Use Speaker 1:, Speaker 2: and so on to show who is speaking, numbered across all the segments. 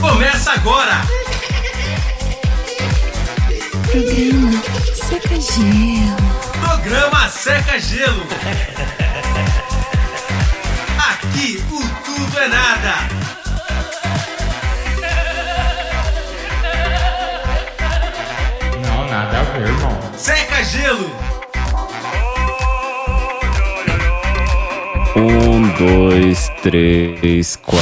Speaker 1: Começa agora!
Speaker 2: Programa Seca Gelo.
Speaker 1: Programa Seca Gelo. Aqui o tudo é nada.
Speaker 3: Não, nada a ver, irmão.
Speaker 1: Seca Gelo.
Speaker 4: Um, dois, três, quatro.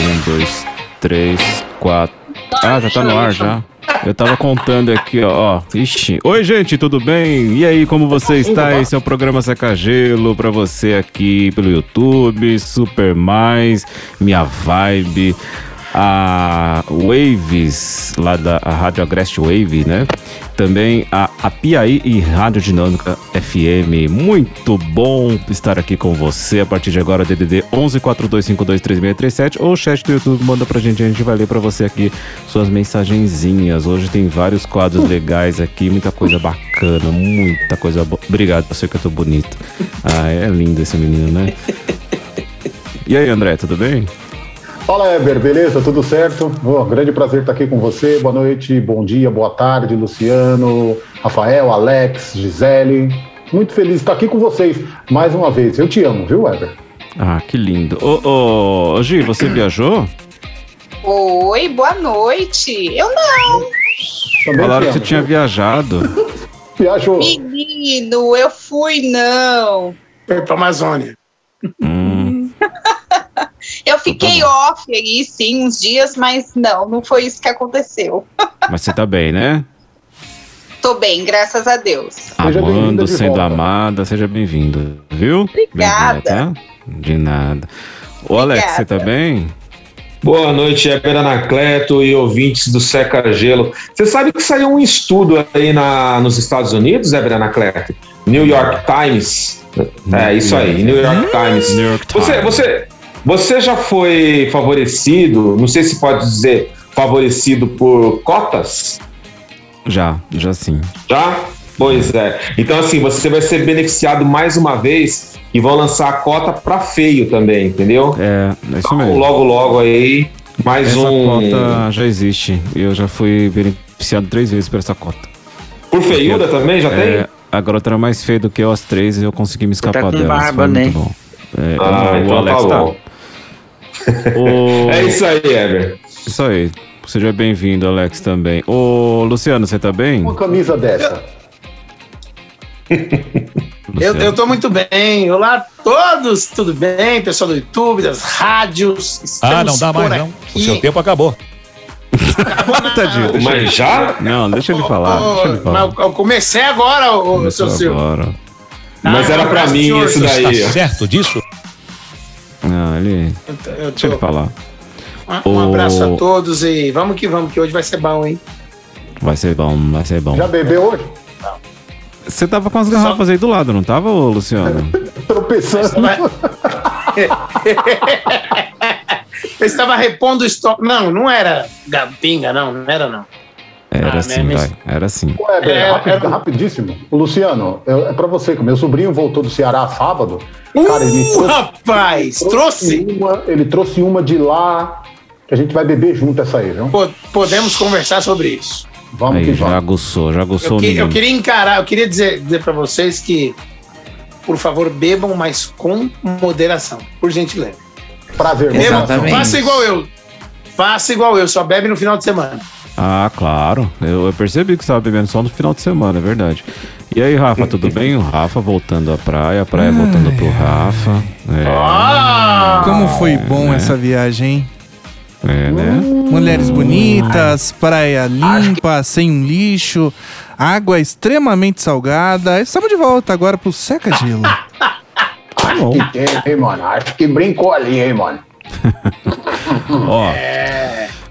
Speaker 4: Um, dois, três, quatro. Ah, já tá no ar já. Eu tava contando aqui, ó. ó. Ixi. Oi, gente, tudo bem? E aí, como você está? Esse é o programa Seca Gelo pra você aqui pelo YouTube, Super Mais, Minha Vibe, a Waves, lá da a Rádio Agreste Wave, né? Também a, a Piaí e Rádio Dinâmica FM. Muito bom estar aqui com você. A partir de agora, DDD 11 42523637 ou o chat do YouTube manda pra gente, a gente vai ler pra você aqui suas mensagenzinhas. Hoje tem vários quadros legais aqui, muita coisa bacana, muita coisa boa. Obrigado, eu sei que eu tô bonito. Ah, é lindo esse menino, né? E aí, André, tudo bem?
Speaker 5: Fala, Eber, beleza? Tudo certo? Ó, grande prazer estar aqui com você. Boa noite, bom dia, boa tarde, Luciano, Rafael, Alex, Gisele. Muito feliz de estar aqui com vocês mais uma vez. Eu te amo, viu, Eber?
Speaker 4: Ah, que lindo. Ô, ô, Gi, você viajou?
Speaker 6: Oi, boa noite. Eu não,
Speaker 5: Também
Speaker 4: Falaram
Speaker 5: te
Speaker 4: que você
Speaker 5: amo.
Speaker 4: tinha viajado.
Speaker 5: Viajou.
Speaker 6: menino, eu fui não.
Speaker 7: Foi pra Amazônia.
Speaker 4: Hum, Então tá
Speaker 6: Eu fiquei off aí, sim, uns dias, mas não, não foi isso que aconteceu.
Speaker 4: mas você tá bem, né?
Speaker 6: Tô bem, graças a Deus.
Speaker 5: Seja bem-vinda
Speaker 4: Amando,
Speaker 5: de
Speaker 4: sendo
Speaker 5: volta.
Speaker 4: amada, seja bem-vindo, viu?
Speaker 6: Obrigada.
Speaker 4: Bem-vinda, tá? De nada. Ô, Alex,
Speaker 6: Obrigada.
Speaker 4: você tá bem?
Speaker 8: Boa noite, Heber Anacleto e ouvintes do Seca Gelo. Você sabe que saiu um estudo aí na, nos Estados Unidos, Heber Anacleto? New York Times. É isso aí, New York Times.
Speaker 4: New York Times.
Speaker 8: Você, você, você já foi favorecido, não sei se pode dizer favorecido por cotas?
Speaker 4: Já, já sim.
Speaker 8: Já? Pois é. Então, assim, você vai ser beneficiado mais uma vez e vão lançar a cota para feio também, entendeu?
Speaker 4: É, é isso
Speaker 8: Então,
Speaker 4: mesmo.
Speaker 8: Logo, logo aí, mais
Speaker 4: essa
Speaker 8: um.
Speaker 4: cota já existe. Eu já fui beneficiado três vezes por essa cota.
Speaker 8: Por feiura também? Já
Speaker 4: É,
Speaker 8: tem?
Speaker 4: a garota era mais feia do que eu as três e eu consegui me
Speaker 9: tá
Speaker 4: escapar
Speaker 9: com
Speaker 4: dela. Isso foi
Speaker 9: barba,
Speaker 4: muito
Speaker 9: né?
Speaker 4: bom. É,
Speaker 8: Ah,
Speaker 4: o
Speaker 8: então
Speaker 4: Alex
Speaker 8: tá
Speaker 4: tá.
Speaker 8: bom.
Speaker 4: Ô,
Speaker 8: É isso aí, Ever.
Speaker 4: isso aí. Seja bem-vindo, Alex, também. Ô, Luciano, você tá bem?
Speaker 5: Uma camisa dessa.
Speaker 7: Eu,
Speaker 4: Luciano.
Speaker 7: eu tô muito bem. Olá a todos, tudo bem? Pessoal do YouTube, das rádios. Estamos
Speaker 10: Ah, não dá mais
Speaker 7: por
Speaker 10: não. O
Speaker 7: aqui.
Speaker 10: seu tempo acabou.
Speaker 7: Acabou nada.
Speaker 4: Tadinho, Ah, tá deixa Tá, ele-
Speaker 8: Mas já?
Speaker 4: Não, deixa ele falar.
Speaker 7: Ô,
Speaker 4: deixa ele falar.
Speaker 7: mas eu comecei agora, ô, ô,
Speaker 4: Começou
Speaker 7: seu Silvio.
Speaker 4: agora.
Speaker 8: Mas era pra mim
Speaker 7: senhor,
Speaker 8: esse
Speaker 7: eu
Speaker 8: daí.
Speaker 10: Está certo disso?
Speaker 4: Não, ele.
Speaker 7: tô- eu
Speaker 4: Deixa ele
Speaker 7: tô-
Speaker 4: falar.
Speaker 7: Um um
Speaker 4: Ô.
Speaker 7: abraço a todos e vamos que vamos, que hoje vai ser bom, hein?
Speaker 4: Vai ser bom, vai ser bom.
Speaker 5: Já bebeu hoje?
Speaker 4: Você tava com as garrafas aí do lado, não tava, ô, Luciano?
Speaker 5: Tropeçando.
Speaker 7: Vai- Eu estava repondo o estoque. Não, não era Gabinga, não, não era não.
Speaker 4: Era
Speaker 7: Ah,
Speaker 4: assim,
Speaker 7: mas-
Speaker 4: vai. Era assim.
Speaker 5: Ô, Eber,
Speaker 7: É,
Speaker 5: rapid-
Speaker 7: era-
Speaker 5: rapidíssimo. Ô, Luciano, eu- é pra você, que meu sobrinho voltou do Ceará sábado. Cara, ele
Speaker 7: Uh, rapaz, trouxe.
Speaker 5: uma, ele trouxe uma de lá que a gente vai beber junto essa aí, viu?
Speaker 7: Po- podemos conversar sobre isso.
Speaker 5: Vamos
Speaker 4: Aí,
Speaker 5: que
Speaker 4: já
Speaker 5: vamos.
Speaker 4: aguçou, já aguçou
Speaker 7: Eu,
Speaker 4: o
Speaker 7: que- eu
Speaker 4: menino.
Speaker 7: queria encarar, eu queria dizer, dizer para vocês que, por favor, bebam, mas com moderação, por gentileza.
Speaker 5: Prazer,
Speaker 7: Bebam,
Speaker 5: mano.
Speaker 9: Exatamente.
Speaker 7: faça igual eu. Faça igual eu, só bebe no final de semana.
Speaker 4: Ah, claro. Eu, eu percebi que você tava bebendo só no final de semana, é verdade. E aí, Rafa, tudo bem? O Rafa voltando à praia, a praia voltando pro Rafa.
Speaker 7: Ah!
Speaker 9: Como foi
Speaker 4: né?
Speaker 9: bom essa viagem, hein?
Speaker 4: É, é, né?
Speaker 9: Mulheres bonitas, praia limpa, sem um lixo, água extremamente salgada. Estamos de volta agora pro Seca Gelo.
Speaker 4: Tá bom.
Speaker 5: Que tem, hein, mano? Acho que brincou ali, hein, mano?
Speaker 4: Ó,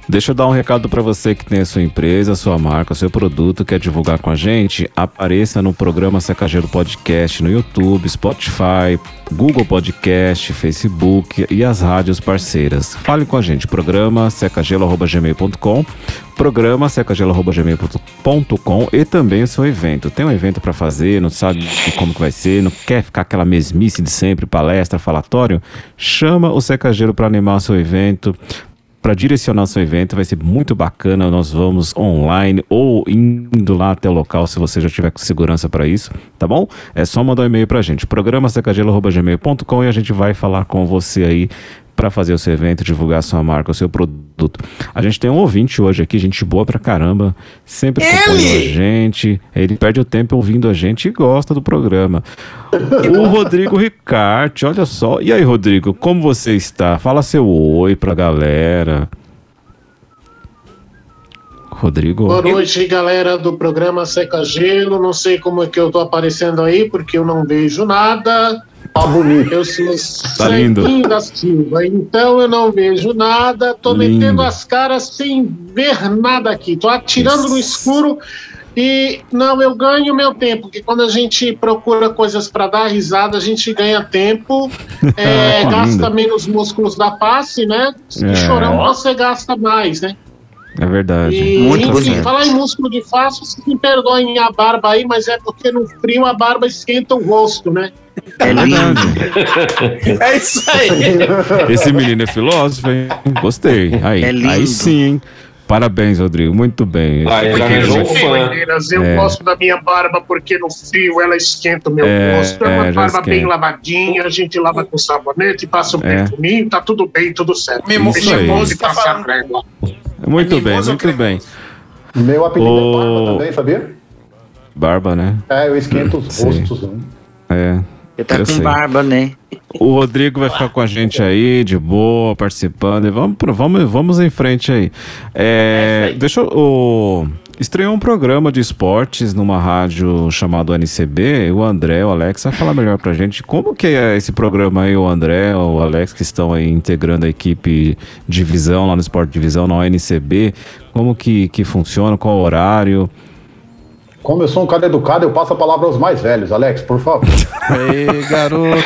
Speaker 4: deixa eu dar um recado pra você que tem a sua empresa, sua marca, seu produto, quer divulgar com a gente? Apareça no programa Secageiro Podcast no YouTube, Spotify, Google Podcast, Facebook e as rádios parceiras. Fale com a gente, programa secagelo.gmail.com, programa secagelo.gmail.com e também o seu evento. Tem um evento pra fazer, não sabe como que vai ser, não quer ficar aquela mesmice de sempre, palestra, falatório? Chama o Secageiro pra animar o seu evento para direcionar seu evento. Vai ser muito bacana. Nós vamos online ou indo lá até o local, se você já tiver com segurança para isso, tá bom? É só mandar um e-mail para a gente, programa secagelo.gmail.com e a gente vai falar com você aí para fazer o seu evento, divulgar a sua marca, o seu produto. A gente tem um ouvinte hoje aqui, gente boa pra caramba, sempre
Speaker 7: Ele!
Speaker 4: acompanhou a gente, ele perde o tempo ouvindo a gente e gosta do programa. O Rodrigo Ricarte, olha só. E aí, Rodrigo, como você está? Fala seu oi pra galera. Rodrigo,
Speaker 5: um-
Speaker 3: Boa noite, galera do programa Seca Gelo. Não sei como é que eu tô aparecendo aí, porque eu não vejo nada.
Speaker 5: Tá bonito.
Speaker 3: Eu sou
Speaker 4: Tá lindo.
Speaker 3: Serginho da Silva, então eu não vejo nada. Tô
Speaker 4: Lindo.
Speaker 3: metendo as caras sem ver nada aqui. Tô atirando no
Speaker 4: Isso.
Speaker 3: escuro e não, eu ganho meu tempo, porque quando a gente procura coisas para dar risada, a gente ganha tempo, é,
Speaker 4: Tá
Speaker 3: gasta
Speaker 4: lindo.
Speaker 3: menos músculos da face, né? E
Speaker 4: É.
Speaker 3: chorando você gasta mais, né?
Speaker 4: é verdade.
Speaker 3: E,
Speaker 7: Muito
Speaker 3: enfim,
Speaker 7: bonito.
Speaker 3: falar em músculo de face, vocês me perdoem a barba aí, mas é porque no frio a barba esquenta o rosto, né?
Speaker 4: É verdade.
Speaker 7: É isso aí.
Speaker 4: Esse menino é filósofo, hein? Gostei. Aí,
Speaker 10: É lindo.
Speaker 4: aí sim, hein? Parabéns, Rodrigo. Muito bem.
Speaker 8: Ah, ele arranjou um fã.
Speaker 3: Freiras, eu gosto da minha barba porque no frio ela esquenta o meu
Speaker 4: É,
Speaker 3: rosto. É uma
Speaker 4: é, já
Speaker 3: barba bem
Speaker 4: esquenta.
Speaker 3: lavadinha, a gente lava com sabonete, passa um
Speaker 4: É.
Speaker 3: perfuminho, tá tudo bem, tudo certo.
Speaker 4: Mimo-
Speaker 3: Deixa
Speaker 4: aí.
Speaker 3: eu pôr e
Speaker 7: Tá
Speaker 3: passar
Speaker 7: falando-
Speaker 3: a régua.
Speaker 4: Muito
Speaker 7: É
Speaker 4: bem,
Speaker 7: mimoso ou
Speaker 4: muito bem.
Speaker 5: Meu apelido
Speaker 4: Ô.
Speaker 5: é Barba também, sabia?
Speaker 4: Barba, né?
Speaker 5: É, eu esquento os
Speaker 4: Sim.
Speaker 5: rostos. né?
Speaker 4: É.
Speaker 10: Você tá
Speaker 4: Eu
Speaker 10: com
Speaker 4: sei.
Speaker 10: barba, né?
Speaker 4: O Rodrigo vai ficar com a gente aí, de boa, participando. E vamos, pro- vamos, vamos em frente aí. É, deixa eu. o- Estreou um programa de esportes numa rádio chamado NCB. O André, o Alex, vai falar melhor pra gente como que é esse programa aí, o André, o Alex, que estão aí integrando a equipe divisão lá no Esporte Divisão, na NCB. Como que, que funciona, qual o horário?
Speaker 5: Como eu sou um cara educado, eu passo a palavra aos mais velhos. Alex, por favor.
Speaker 9: Ei, garoto.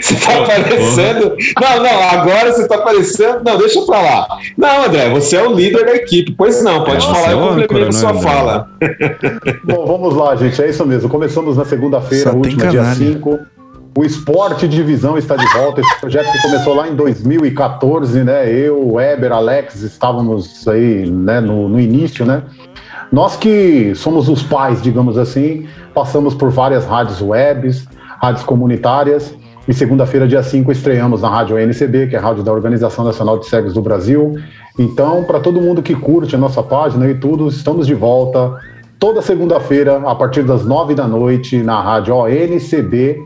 Speaker 8: Você tá aparecendo. Não, não, agora você tá aparecendo. Não, deixa pra lá. Não, André, você é o líder da equipe. Pois não, pode
Speaker 4: É,
Speaker 8: falar,
Speaker 4: você é
Speaker 8: eu
Speaker 4: o âncora,
Speaker 8: complemento
Speaker 4: né,
Speaker 8: sua
Speaker 4: André?
Speaker 8: fala.
Speaker 5: Bom, vamos lá, gente. É isso mesmo. Começamos na segunda-feira,
Speaker 9: Só tem
Speaker 5: última, dia
Speaker 9: canalha.
Speaker 5: 5. O Esporte Divisão está de volta. Esse projeto que começou lá em 2014, né? Eu, Weber, Alex, estávamos aí né, no, no início, né? Nós que somos os pais, digamos assim, passamos por várias rádios webs, rádios comunitárias. E segunda-feira, dia 5, estreamos na Rádio NCB, que é a rádio da Organização Nacional de Cegos do Brasil. Então, para todo mundo que curte a nossa página e tudo, estamos de volta toda segunda-feira, a partir das nove da noite, na Rádio ONCB.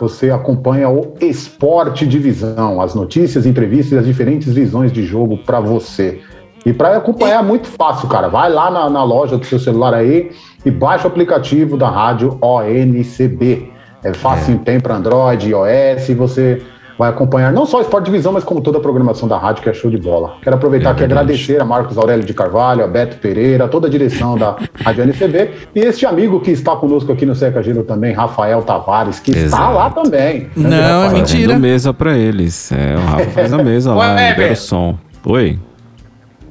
Speaker 5: Você acompanha o Esporte Divisão, as notícias, entrevistas e as diferentes visões de jogo para você. E para acompanhar é muito fácil, cara. Vai lá na, na loja do seu celular aí e baixa o aplicativo da rádio ONCB. É fácil, tem para Android, iOS, e você vai acompanhar não só a Esporte Divisão, mas como toda a programação da rádio, que é show de bola. Quero aproveitar
Speaker 4: É
Speaker 5: aqui e
Speaker 4: verdade.
Speaker 5: agradecer a Marcos Aurélio de Carvalho, a Beto Pereira, toda a direção da Rádio NCB e este amigo que está conosco aqui no Seca Giro também, Rafael Tavares, que está
Speaker 4: Exato.
Speaker 5: lá também.
Speaker 9: Não, é
Speaker 5: Rafael?
Speaker 9: mentira.
Speaker 4: Fazendo mesa pra eles. É, o Rafa faz a mesa lá,
Speaker 7: Ué,
Speaker 4: libera o
Speaker 7: velho.
Speaker 4: som. Oi.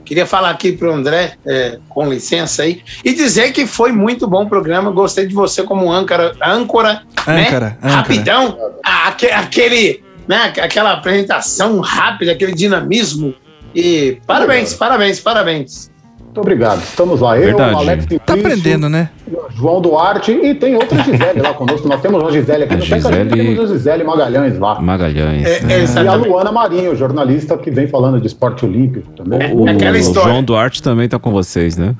Speaker 7: Queria falar aqui pro André, é, com licença aí, e dizer que foi muito bom o programa. Gostei de você como âncora, âncora, né?
Speaker 9: Âncora, âncora.
Speaker 7: rapidão, a- aque- aquele, né, aquela apresentação rápida, aquele dinamismo. E parabéns, parabéns, parabéns.
Speaker 5: Muito obrigado. Estamos lá. Eu,
Speaker 4: Verdade.
Speaker 5: Alex
Speaker 9: Tá
Speaker 5: Cristo,
Speaker 9: aprendendo, né?
Speaker 5: João Duarte e tem outra Gisele lá conosco. Nós temos uma Gisele aqui
Speaker 4: A
Speaker 5: no Seca Giro,
Speaker 4: Gisele-
Speaker 5: temos a Gisele Magalhães lá.
Speaker 4: Magalhães.
Speaker 7: É,
Speaker 4: né?
Speaker 7: é,
Speaker 5: E a
Speaker 7: exatamente.
Speaker 5: Luana Marinho, jornalista que vem falando de esporte olímpico também.
Speaker 4: O,
Speaker 7: aquela história.
Speaker 4: João Duarte também tá com vocês, né?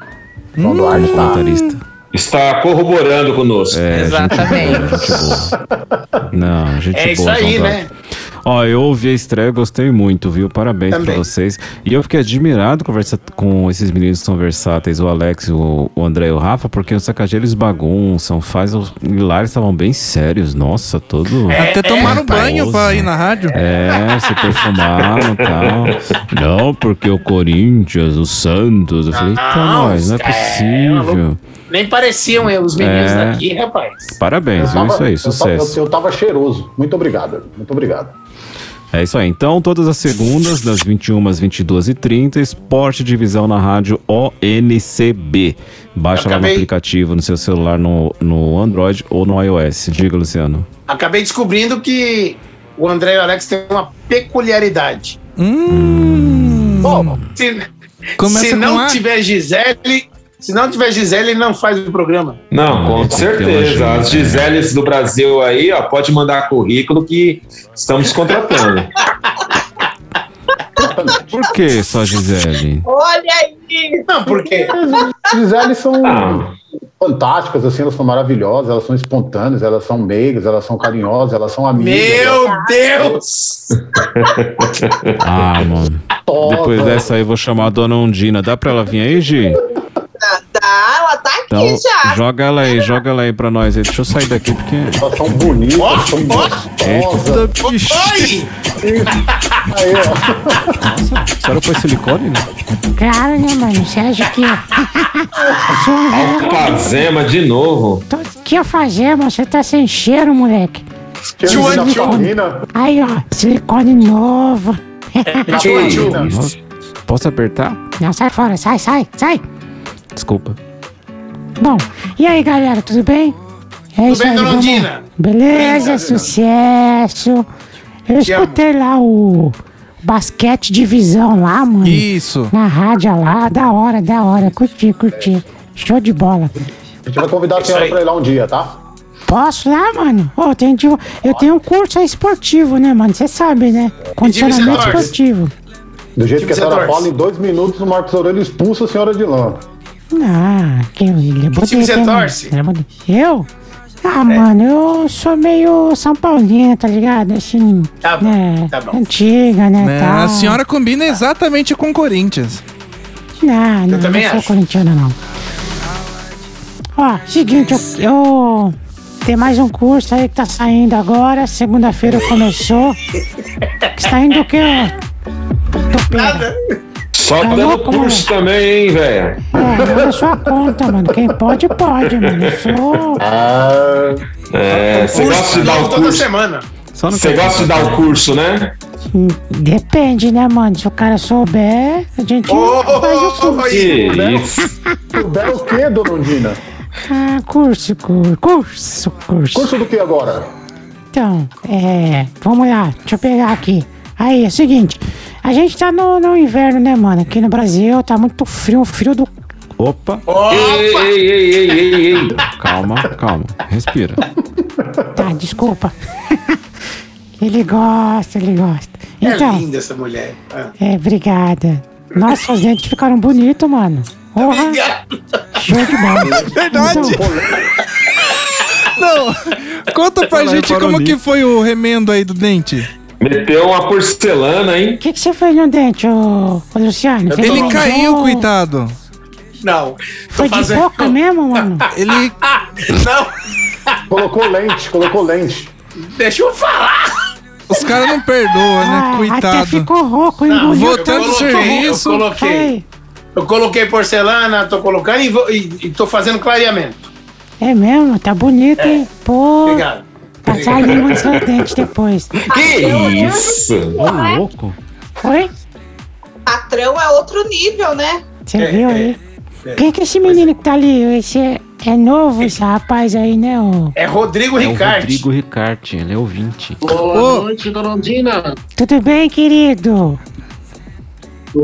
Speaker 4: Hum.
Speaker 5: João Duarte tá.
Speaker 4: Comentarista.
Speaker 8: Está corroborando conosco.
Speaker 4: É,
Speaker 6: Exatamente.
Speaker 4: Gente boa, gente boa. Não, gente
Speaker 7: É
Speaker 4: boa.
Speaker 7: isso aí,
Speaker 4: João
Speaker 7: né?
Speaker 4: Duarte. Ó, eu ouvi a estreia, e gostei muito, viu? Parabéns pra
Speaker 7: Também.
Speaker 4: vocês. E eu fiquei admirado conversa com esses meninos que são versáteis, o Alex, o, o André e o Rafa, porque os sacageiros bagunçam, faz os hilários estavam bem sérios. Nossa, todo.
Speaker 9: Até tomaram
Speaker 4: é.
Speaker 9: banho pra ir na rádio.
Speaker 4: É, se perfumaram e tal. Não, porque o Corinthians, o Santos. Eu falei, eita,
Speaker 7: Não,
Speaker 4: nós, não é
Speaker 7: cara,
Speaker 4: possível.
Speaker 7: Nem pareciam eu, os meninos
Speaker 4: É.
Speaker 7: daqui, rapaz.
Speaker 4: Parabéns, viu? Isso aí,
Speaker 5: Eu
Speaker 4: sucesso.
Speaker 5: tava, eu tava cheiroso. Muito obrigado. Muito obrigado.
Speaker 4: É isso aí. Então, todas as segundas, das 21 às 22h30, Esporte Divisão na rádio ONCB. Baixa lá no
Speaker 7: Acabei.
Speaker 4: aplicativo, no seu celular, no, no Android ou no iOS. Diga, Luciano.
Speaker 7: Acabei descobrindo que o André e o Alex têm uma peculiaridade.
Speaker 9: Hum.
Speaker 7: Bom, se,
Speaker 9: Começa
Speaker 7: se
Speaker 9: com
Speaker 7: não
Speaker 9: A.
Speaker 7: tiver Gisele, se não tiver Gisele, ele não faz o programa.
Speaker 8: Não,
Speaker 4: Tem
Speaker 8: com
Speaker 4: que ter
Speaker 8: certeza.
Speaker 4: uma ajuda, né?
Speaker 8: As Giseles do Brasil aí, ó, pode mandar currículo que estamos contratando.
Speaker 4: Por que só Gisele?
Speaker 6: Olha aí!
Speaker 7: Não, porque
Speaker 5: Gisele são
Speaker 8: Ah,
Speaker 5: fantásticas, assim, elas são maravilhosas, elas são espontâneas, elas são meigas, elas são carinhosas, elas são amigas.
Speaker 7: meu Deus!
Speaker 4: Ah, mano.
Speaker 5: elas são
Speaker 4: Depois
Speaker 5: tostosas.
Speaker 4: dessa aí eu vou chamar a dona Undina. Dá pra ela vir aí, Gi?
Speaker 6: Tá, ela tá aqui
Speaker 4: Então,
Speaker 6: já.
Speaker 4: joga ela aí, joga ela aí pra nós. aí. Deixa eu sair daqui porque. é
Speaker 5: Elas são bonitas, são gostosas.
Speaker 4: Eita, bicho!
Speaker 7: Oi!
Speaker 5: Aí, ó.
Speaker 4: Nossa, a senhora pôs silicone? né?
Speaker 10: Claro, né, mano? Você acha que.
Speaker 8: Alfazema de novo.
Speaker 10: Tô- que eu fazer, mano? Você tá sem cheiro, moleque.
Speaker 5: Cheiro de
Speaker 7: Joanine.
Speaker 5: naftalina.
Speaker 10: Aí, ó, silicone novo.
Speaker 7: Tio, tio,
Speaker 5: Naftalina.
Speaker 4: Nossa, Posso apertar?
Speaker 10: Não, sai fora, sai, sai, sai.
Speaker 4: Desculpa.
Speaker 10: Bom, e aí, galera, tudo bem? É
Speaker 7: tudo bem, dona
Speaker 10: vamos-
Speaker 7: Ondina?
Speaker 10: Beleza, sucesso. Eu escutei lá o basquete de visão lá, mano.
Speaker 9: Isso.
Speaker 10: Na rádio lá, da hora, da hora. Curti, curti. Show de bola.
Speaker 5: A gente vai convidar a senhora
Speaker 7: aí.
Speaker 5: pra ir lá um dia, tá?
Speaker 10: Posso lá, mano? Ô, tem de- eu tenho um curso aí esportivo, né, mano? Você sabe, né? Condicionamento
Speaker 7: Torres.
Speaker 10: esportivo.
Speaker 5: Do jeito que a
Speaker 7: Você
Speaker 5: senhora
Speaker 7: torce.
Speaker 5: fala, em dois minutos o Marcos Aurelio expulsa a senhora de lá.
Speaker 10: Ah, que ele é bonito,
Speaker 7: time você
Speaker 10: hein, mano?
Speaker 7: torce? É.
Speaker 10: Ele é bonito. Eu? Ah, mano, eu sou meio São Paulino, tá ligado? Assim,
Speaker 7: Tá bom,
Speaker 10: né?
Speaker 7: tá bom.
Speaker 10: Antiga, né?
Speaker 9: Né,
Speaker 10: tal.
Speaker 9: A senhora combina exatamente com o Corinthians.
Speaker 10: Não, não,
Speaker 7: também
Speaker 10: não sou
Speaker 7: acho.
Speaker 10: corintiana, não. Ó, seguinte, eu, eu- tem mais um curso aí que tá saindo agora, segunda-feira começou. Que está indo o quê? Nada.
Speaker 8: Só
Speaker 10: Tá
Speaker 8: dando
Speaker 10: louco,
Speaker 8: curso também, hein, velho?
Speaker 10: É, não é sua conta, mano. Quem pode, pode, mano. Eu sou.
Speaker 5: Ah,
Speaker 8: É, você gosta
Speaker 7: Curso
Speaker 8: de dar
Speaker 7: novo
Speaker 8: o
Speaker 7: toda
Speaker 8: curso.
Speaker 7: semana.
Speaker 4: Só não
Speaker 8: Você
Speaker 4: quer.
Speaker 8: gosta de dar o curso, né?
Speaker 10: Depende, né, mano? Se o cara souber, a gente faz o curso.
Speaker 8: Que isso.
Speaker 5: souber o quê, dona Undina?
Speaker 10: Ah, curso, cur- curso, curso.
Speaker 5: Curso do que agora?
Speaker 10: Então, é. Vamos lá, deixa eu pegar aqui. Aí, é o seguinte. A gente tá no, no inverno, né, mano? Aqui no Brasil tá muito frio, frio do.
Speaker 4: Opa!
Speaker 8: Ei, ei, ei, ei, ei, ei.
Speaker 4: Calma, calma. Respira.
Speaker 10: Tá, desculpa. ele gosta, ele gosta.
Speaker 7: É
Speaker 10: Então,
Speaker 7: linda essa mulher. Ah.
Speaker 10: é, obrigada. Nossa, os dentes ficaram bonitos, mano. Porra, show de bola. Então,
Speaker 9: Verdade. Não, conta pra
Speaker 4: Ela
Speaker 9: gente
Speaker 4: reparou
Speaker 9: como
Speaker 4: nisso.
Speaker 9: que foi o remendo aí do dente.
Speaker 8: Meteu uma porcelana, hein?
Speaker 10: O que, que você fez no dente, ô, ô Luciano? Você
Speaker 9: Ele
Speaker 10: pegou-
Speaker 9: caiu, coitado.
Speaker 7: Não.
Speaker 10: Foi de
Speaker 7: fazendo-
Speaker 10: boca mesmo, mano?
Speaker 9: Ele
Speaker 7: Não,
Speaker 5: Colocou lente, colocou lente.
Speaker 7: deixa eu falar.
Speaker 9: Os caras não perdoam, né?
Speaker 10: Ah, Até
Speaker 9: Coitado.
Speaker 10: ficou rouco, engoliu.
Speaker 9: vou-
Speaker 7: eu
Speaker 9: Voltando ao
Speaker 7: coloquei,
Speaker 9: serviço.
Speaker 7: Eu coloquei,
Speaker 10: Falei,
Speaker 7: eu coloquei porcelana, tô colocando e, vou, e, e tô fazendo clareamento.
Speaker 10: É mesmo, tá bonito, hein? Pô,
Speaker 7: Obrigado.
Speaker 10: passar a língua no seu dente depois.
Speaker 8: Que isso.
Speaker 4: Ô, louco!
Speaker 10: Foi?
Speaker 6: Patrão é outro nível, né?
Speaker 10: Você viu aí? Quem que é esse menino que tá ali? Esse é, é novo, esse rapaz aí, né? ô?
Speaker 7: É Rodrigo
Speaker 4: É o
Speaker 7: Ricardo.
Speaker 4: Rodrigo Ricarte, ele é ouvinte.
Speaker 3: Boa
Speaker 9: Ô.
Speaker 3: noite, Dona Ondina.
Speaker 10: Tudo bem, querido?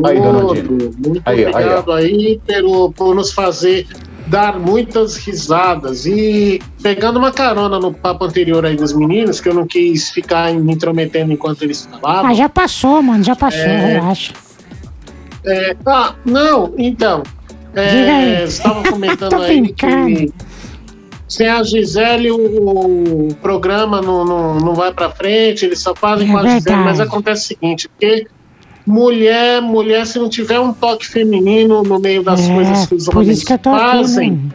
Speaker 5: Aí, Dona
Speaker 3: Tudo.
Speaker 5: Ondina.
Speaker 3: Muito
Speaker 5: Aí, aí,
Speaker 3: obrigado aí pelo, por nos fazer dar muitas risadas. E pegando uma carona no papo anterior aí dos meninos, que eu não quis ficar me intrometendo enquanto eles falavam.
Speaker 10: Ah, já passou, mano, já passou, relaxa.
Speaker 3: É, ah, não, então. é,
Speaker 10: Diga aí.
Speaker 3: Estava comentando
Speaker 10: Tô
Speaker 3: aí que
Speaker 10: brincando.
Speaker 3: sem a Gisele o, o programa não, não, não vai para frente, eles só fazem
Speaker 10: É
Speaker 3: com a Gisele,
Speaker 10: verdade.
Speaker 3: mas acontece o seguinte, porque mulher, mulher, se não tiver um toque feminino no meio das coisas que os
Speaker 10: é, por
Speaker 3: homens
Speaker 10: isso que eu tô aqui, né? É,
Speaker 3: fazem,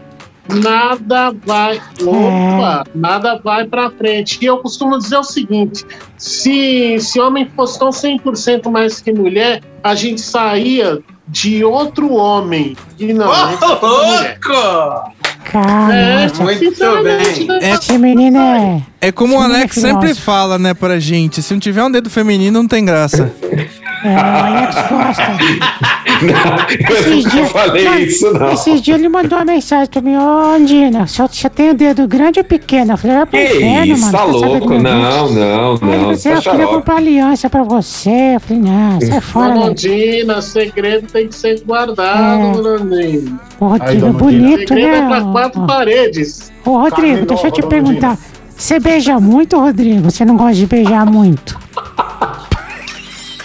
Speaker 10: mano.
Speaker 3: nada vai, opa, nada vai para frente. E eu costumo dizer o seguinte: se, se homem fosse tão 100% mais que mulher, a gente saía de outro homem. E não,
Speaker 7: Ô,
Speaker 3: a gente tá com mulher.
Speaker 7: louco!
Speaker 10: Calma,
Speaker 3: É,
Speaker 10: nossa,
Speaker 7: muito
Speaker 3: sinceramente,
Speaker 7: bem.
Speaker 3: né?
Speaker 9: É,
Speaker 10: esse menino é...
Speaker 9: é como o
Speaker 10: Sim,
Speaker 9: Alex
Speaker 10: filhote.
Speaker 9: sempre fala, né, pra gente. Se não tiver um dedo feminino, não tem graça.
Speaker 10: É, o Alex gosta.
Speaker 8: Não, eu nunca falei
Speaker 10: Não,
Speaker 8: isso, não.
Speaker 10: Esses dias ele mandou uma mensagem pra mim, ô Andina, se eu, se eu tenho dedo grande ou pequeno? Eu falei, vai pro
Speaker 8: Que
Speaker 10: inferno,
Speaker 8: isso,
Speaker 10: mano.
Speaker 8: tá
Speaker 10: quer saber do
Speaker 8: louco?
Speaker 10: meu
Speaker 8: Não,
Speaker 10: gosto?"
Speaker 8: não,
Speaker 10: é Aí ele
Speaker 8: não.
Speaker 10: disse,
Speaker 8: Tá
Speaker 10: eu queria
Speaker 8: xarope.
Speaker 10: comprar aliança pra você. Eu falei, não, sai fora, né?" Alex.
Speaker 3: Nondina, segredo tem que ser guardado, Nondina.
Speaker 10: É. Ô, Rodrigo,
Speaker 5: dona Dina.
Speaker 10: bonito,
Speaker 3: Segredo é
Speaker 10: né?
Speaker 3: para quatro paredes.
Speaker 10: Ô, Rodrigo,
Speaker 5: Carne
Speaker 10: deixa eu
Speaker 5: nova,
Speaker 10: te
Speaker 5: dona
Speaker 10: perguntar. Você beija muito, Rodrigo? Você não gosta de beijar muito?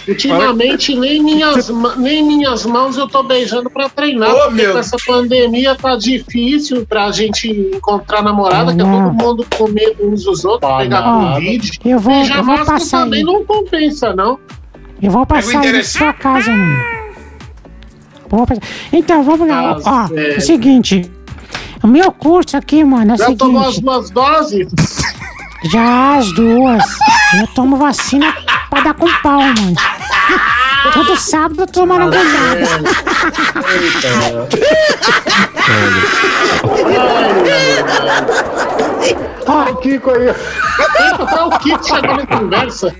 Speaker 3: Ultimamente, nem minhas, ma- nem minhas mãos eu tô beijando pra treinar.
Speaker 7: Ô,
Speaker 3: porque
Speaker 7: meu-
Speaker 3: com essa pandemia tá difícil pra gente encontrar namorada, que é todo mundo com medo uns dos outros,
Speaker 5: Tá
Speaker 3: pegar
Speaker 10: nada.
Speaker 3: Covid.
Speaker 10: Eu vou,
Speaker 3: Beijar
Speaker 10: eu vou
Speaker 3: máscara
Speaker 10: passar
Speaker 3: também
Speaker 10: aí.
Speaker 3: não compensa, não.
Speaker 10: Eu vou passar aí na
Speaker 7: endereço.
Speaker 10: sua casa, mano. Eu vou passar- Então, vamos lá.
Speaker 3: Tá
Speaker 10: Ó, é o
Speaker 3: certo.
Speaker 10: seguinte. O meu curso aqui, mano, é o
Speaker 3: Já tomou as
Speaker 10: seguinte.
Speaker 3: duas doses?
Speaker 10: Já as duas. Eu tomo vacina pra dar com pau, mano. Todo sábado eu tô tomando agulhada.
Speaker 5: O Kiko aí.
Speaker 3: Eita, tá o Kiko chegando em conversa.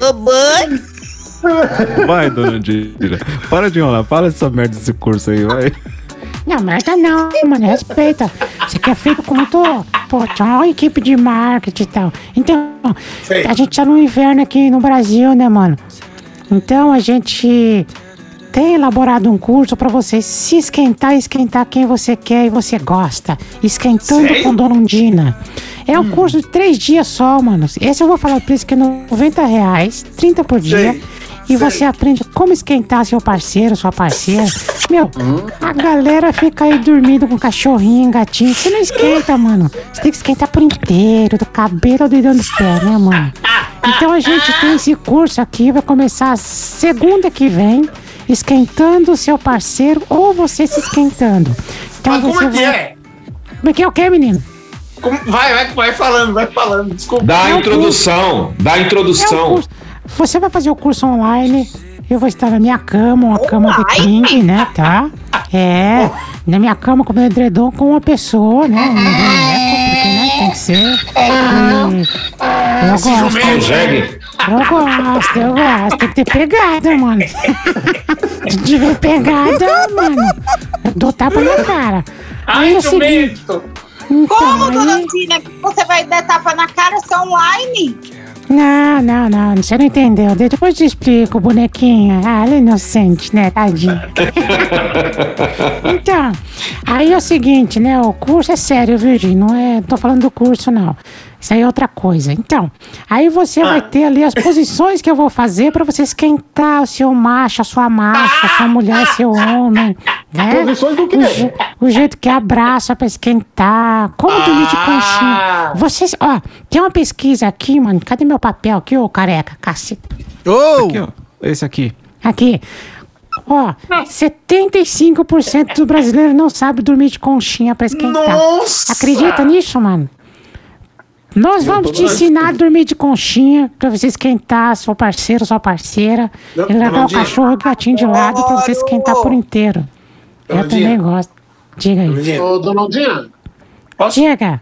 Speaker 4: Vai, dona Dira. Para de enrolar, para dessa merda desse curso aí, vai.
Speaker 10: Não, merda não, mano, respeita. Você quer feito com muito. Pô, tinha uma equipe de marketing e tal. Então,
Speaker 7: Sei.
Speaker 10: a gente tá no inverno aqui no Brasil, né, mano? Então a gente tem elaborado um curso pra você se esquentar e esquentar quem você quer e você gosta. Esquentando
Speaker 7: Sei.
Speaker 10: com Dona Undina. É um curso de três dias só, mano. Esse eu vou falar o preço que é R$ 90 reais, 30 por dia.
Speaker 7: Sei.
Speaker 10: E você aprende como esquentar seu parceiro, sua parceira. Meu, a galera fica aí dormindo com cachorrinho, gatinho. Você não esquenta, mano. Você tem que esquentar por inteiro, do cabelo ao dedão do pé, né, mano? Então a gente tem esse curso aqui, vai começar segunda que vem, esquentando o seu parceiro ou você se esquentando. Então
Speaker 7: Mas como
Speaker 10: você
Speaker 7: é que
Speaker 10: vai-
Speaker 7: é?
Speaker 10: Como é que é o quê, menino?
Speaker 7: Como- Vai, vai, vai falando, vai falando. Desculpa.
Speaker 8: Dá a
Speaker 10: Não,
Speaker 8: introdução, dá a
Speaker 10: É um
Speaker 8: introdução.
Speaker 10: curso. Você vai fazer o curso online. Eu vou estar na minha cama, uma cama de king, né, tá? É,
Speaker 7: Oh.
Speaker 10: na minha cama com meu edredom com uma pessoa, né? Um boneco, porque, né, tem que ser. E eu gosto,
Speaker 8: Não Jegue.
Speaker 10: eu gosto, eu gosto. Tem que ter pegada, mano. Se tiver pegada, mano, eu dou tapa na cara. Aí é o seguinte,
Speaker 7: Jumento.
Speaker 10: então,
Speaker 6: Como, dona
Speaker 10: aí-
Speaker 6: Dina, que você vai dar tapa na cara só online?
Speaker 10: Não, não, não, você não entendeu. Depois eu te explico, bonequinha. Ah, ela é inocente, né, tadinha. então, aí é o seguinte, né, o curso é sério, viu, Gi? Não é, tô falando do curso, não. Isso aí é outra coisa. Então, aí você
Speaker 5: Ah.
Speaker 10: vai ter ali as posições que eu vou fazer pra você esquentar o seu macho, a sua macha, a sua mulher, seu homem, né?
Speaker 5: Ah. Posições do quê?
Speaker 10: O, je- o jeito que abraça pra esquentar, como dormir de
Speaker 5: Ah.
Speaker 10: conchinha. Vocês, ó, tem uma pesquisa aqui, mano. Cadê meu papel aqui, ô careca? Cacete.
Speaker 9: Oh!
Speaker 4: Aqui, ó. Esse aqui.
Speaker 10: Aqui. Ó, 75% dos brasileiros não sabe dormir de conchinha pra esquentar.
Speaker 7: Nossa!
Speaker 10: Acredita nisso, mano? Nós vamos te ensinar a dormir de conchinha pra você esquentar seu parceiro, sua parceira.
Speaker 7: Não,
Speaker 10: e levar o
Speaker 7: Fernandinho.
Speaker 10: cachorro e o gatinho de lado pra você esquentar por inteiro. Eu
Speaker 7: Fernandinho.
Speaker 10: também gosto. Diga aí.
Speaker 7: Gente,
Speaker 3: Ô, Donaldinho,
Speaker 7: Posso?
Speaker 10: Diga.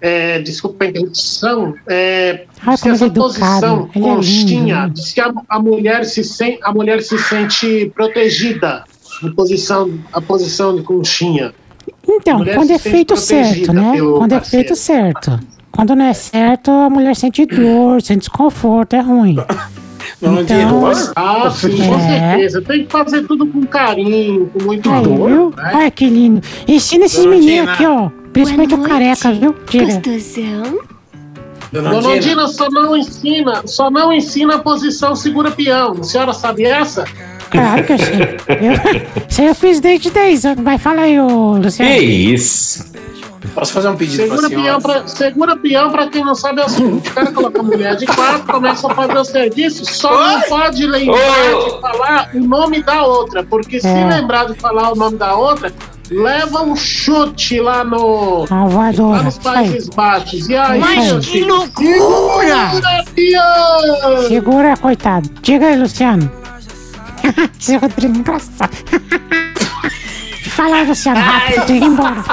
Speaker 3: é, desculpa a interrupção. É,
Speaker 10: Ai, como
Speaker 3: diz que
Speaker 10: ele é
Speaker 3: essa
Speaker 10: educado.
Speaker 3: posição,
Speaker 10: Ele é
Speaker 3: conchinha,
Speaker 10: lindo.
Speaker 3: diz que a, a mulher se sen, a mulher se sente protegida. A posição, a posição de conchinha.
Speaker 10: Então,
Speaker 3: Mulher
Speaker 10: quando
Speaker 3: se
Speaker 10: é
Speaker 3: sente
Speaker 10: feito
Speaker 3: protegida
Speaker 10: certo, né?
Speaker 3: pelo
Speaker 10: Quando é
Speaker 3: parceiro.
Speaker 10: feito certo. Quando não é certo, a mulher sente dor, sente desconforto, é ruim.
Speaker 7: Fernandinho,
Speaker 10: Então,
Speaker 7: posso?
Speaker 5: Tá
Speaker 3: Ah, sim, com
Speaker 10: É.
Speaker 3: certeza. Tem que fazer tudo com carinho, com muito
Speaker 10: aí,
Speaker 3: amor.
Speaker 10: viu?
Speaker 3: Né?
Speaker 10: Olha que lindo. Ensina esses
Speaker 7: Dona
Speaker 10: meninos
Speaker 7: Tina.
Speaker 10: aqui, ó. Principalmente o
Speaker 2: Boa
Speaker 10: careca,
Speaker 2: noite.
Speaker 10: viu? Diga.
Speaker 2: Gostosão?
Speaker 7: Fernandinho.
Speaker 3: Donaldina só não ensina, só não ensina a posição segura peão. A senhora sabe essa?
Speaker 10: Claro que eu sei. Eu, isso aí eu fiz desde 10 anos. Vai, fala aí, ô
Speaker 8: Que
Speaker 10: Luciano.
Speaker 8: isso?
Speaker 7: Posso fazer um pedido pra
Speaker 3: Segura
Speaker 7: senhora?
Speaker 3: peão, pra, segura peão pra quem não sabe é o seguinte: o cara coloca a mulher de quatro, começa a fazer o serviço, só não pode lembrar
Speaker 8: Oi.
Speaker 3: de falar o nome da outra, porque se
Speaker 10: É.
Speaker 3: lembrar de falar o nome da outra, leva um chute lá, no,
Speaker 10: A
Speaker 3: lá
Speaker 10: voadora.
Speaker 3: nos
Speaker 10: Isso aí.
Speaker 3: Países Baixos. E aí,
Speaker 10: Mas
Speaker 3: meu
Speaker 10: que
Speaker 3: filho, Segura peão!
Speaker 10: Segura, coitado. Diga aí, Luciano. Esse Rodrigo é engraçado. Fala aí, Luciano, rápido, tem que ir embora.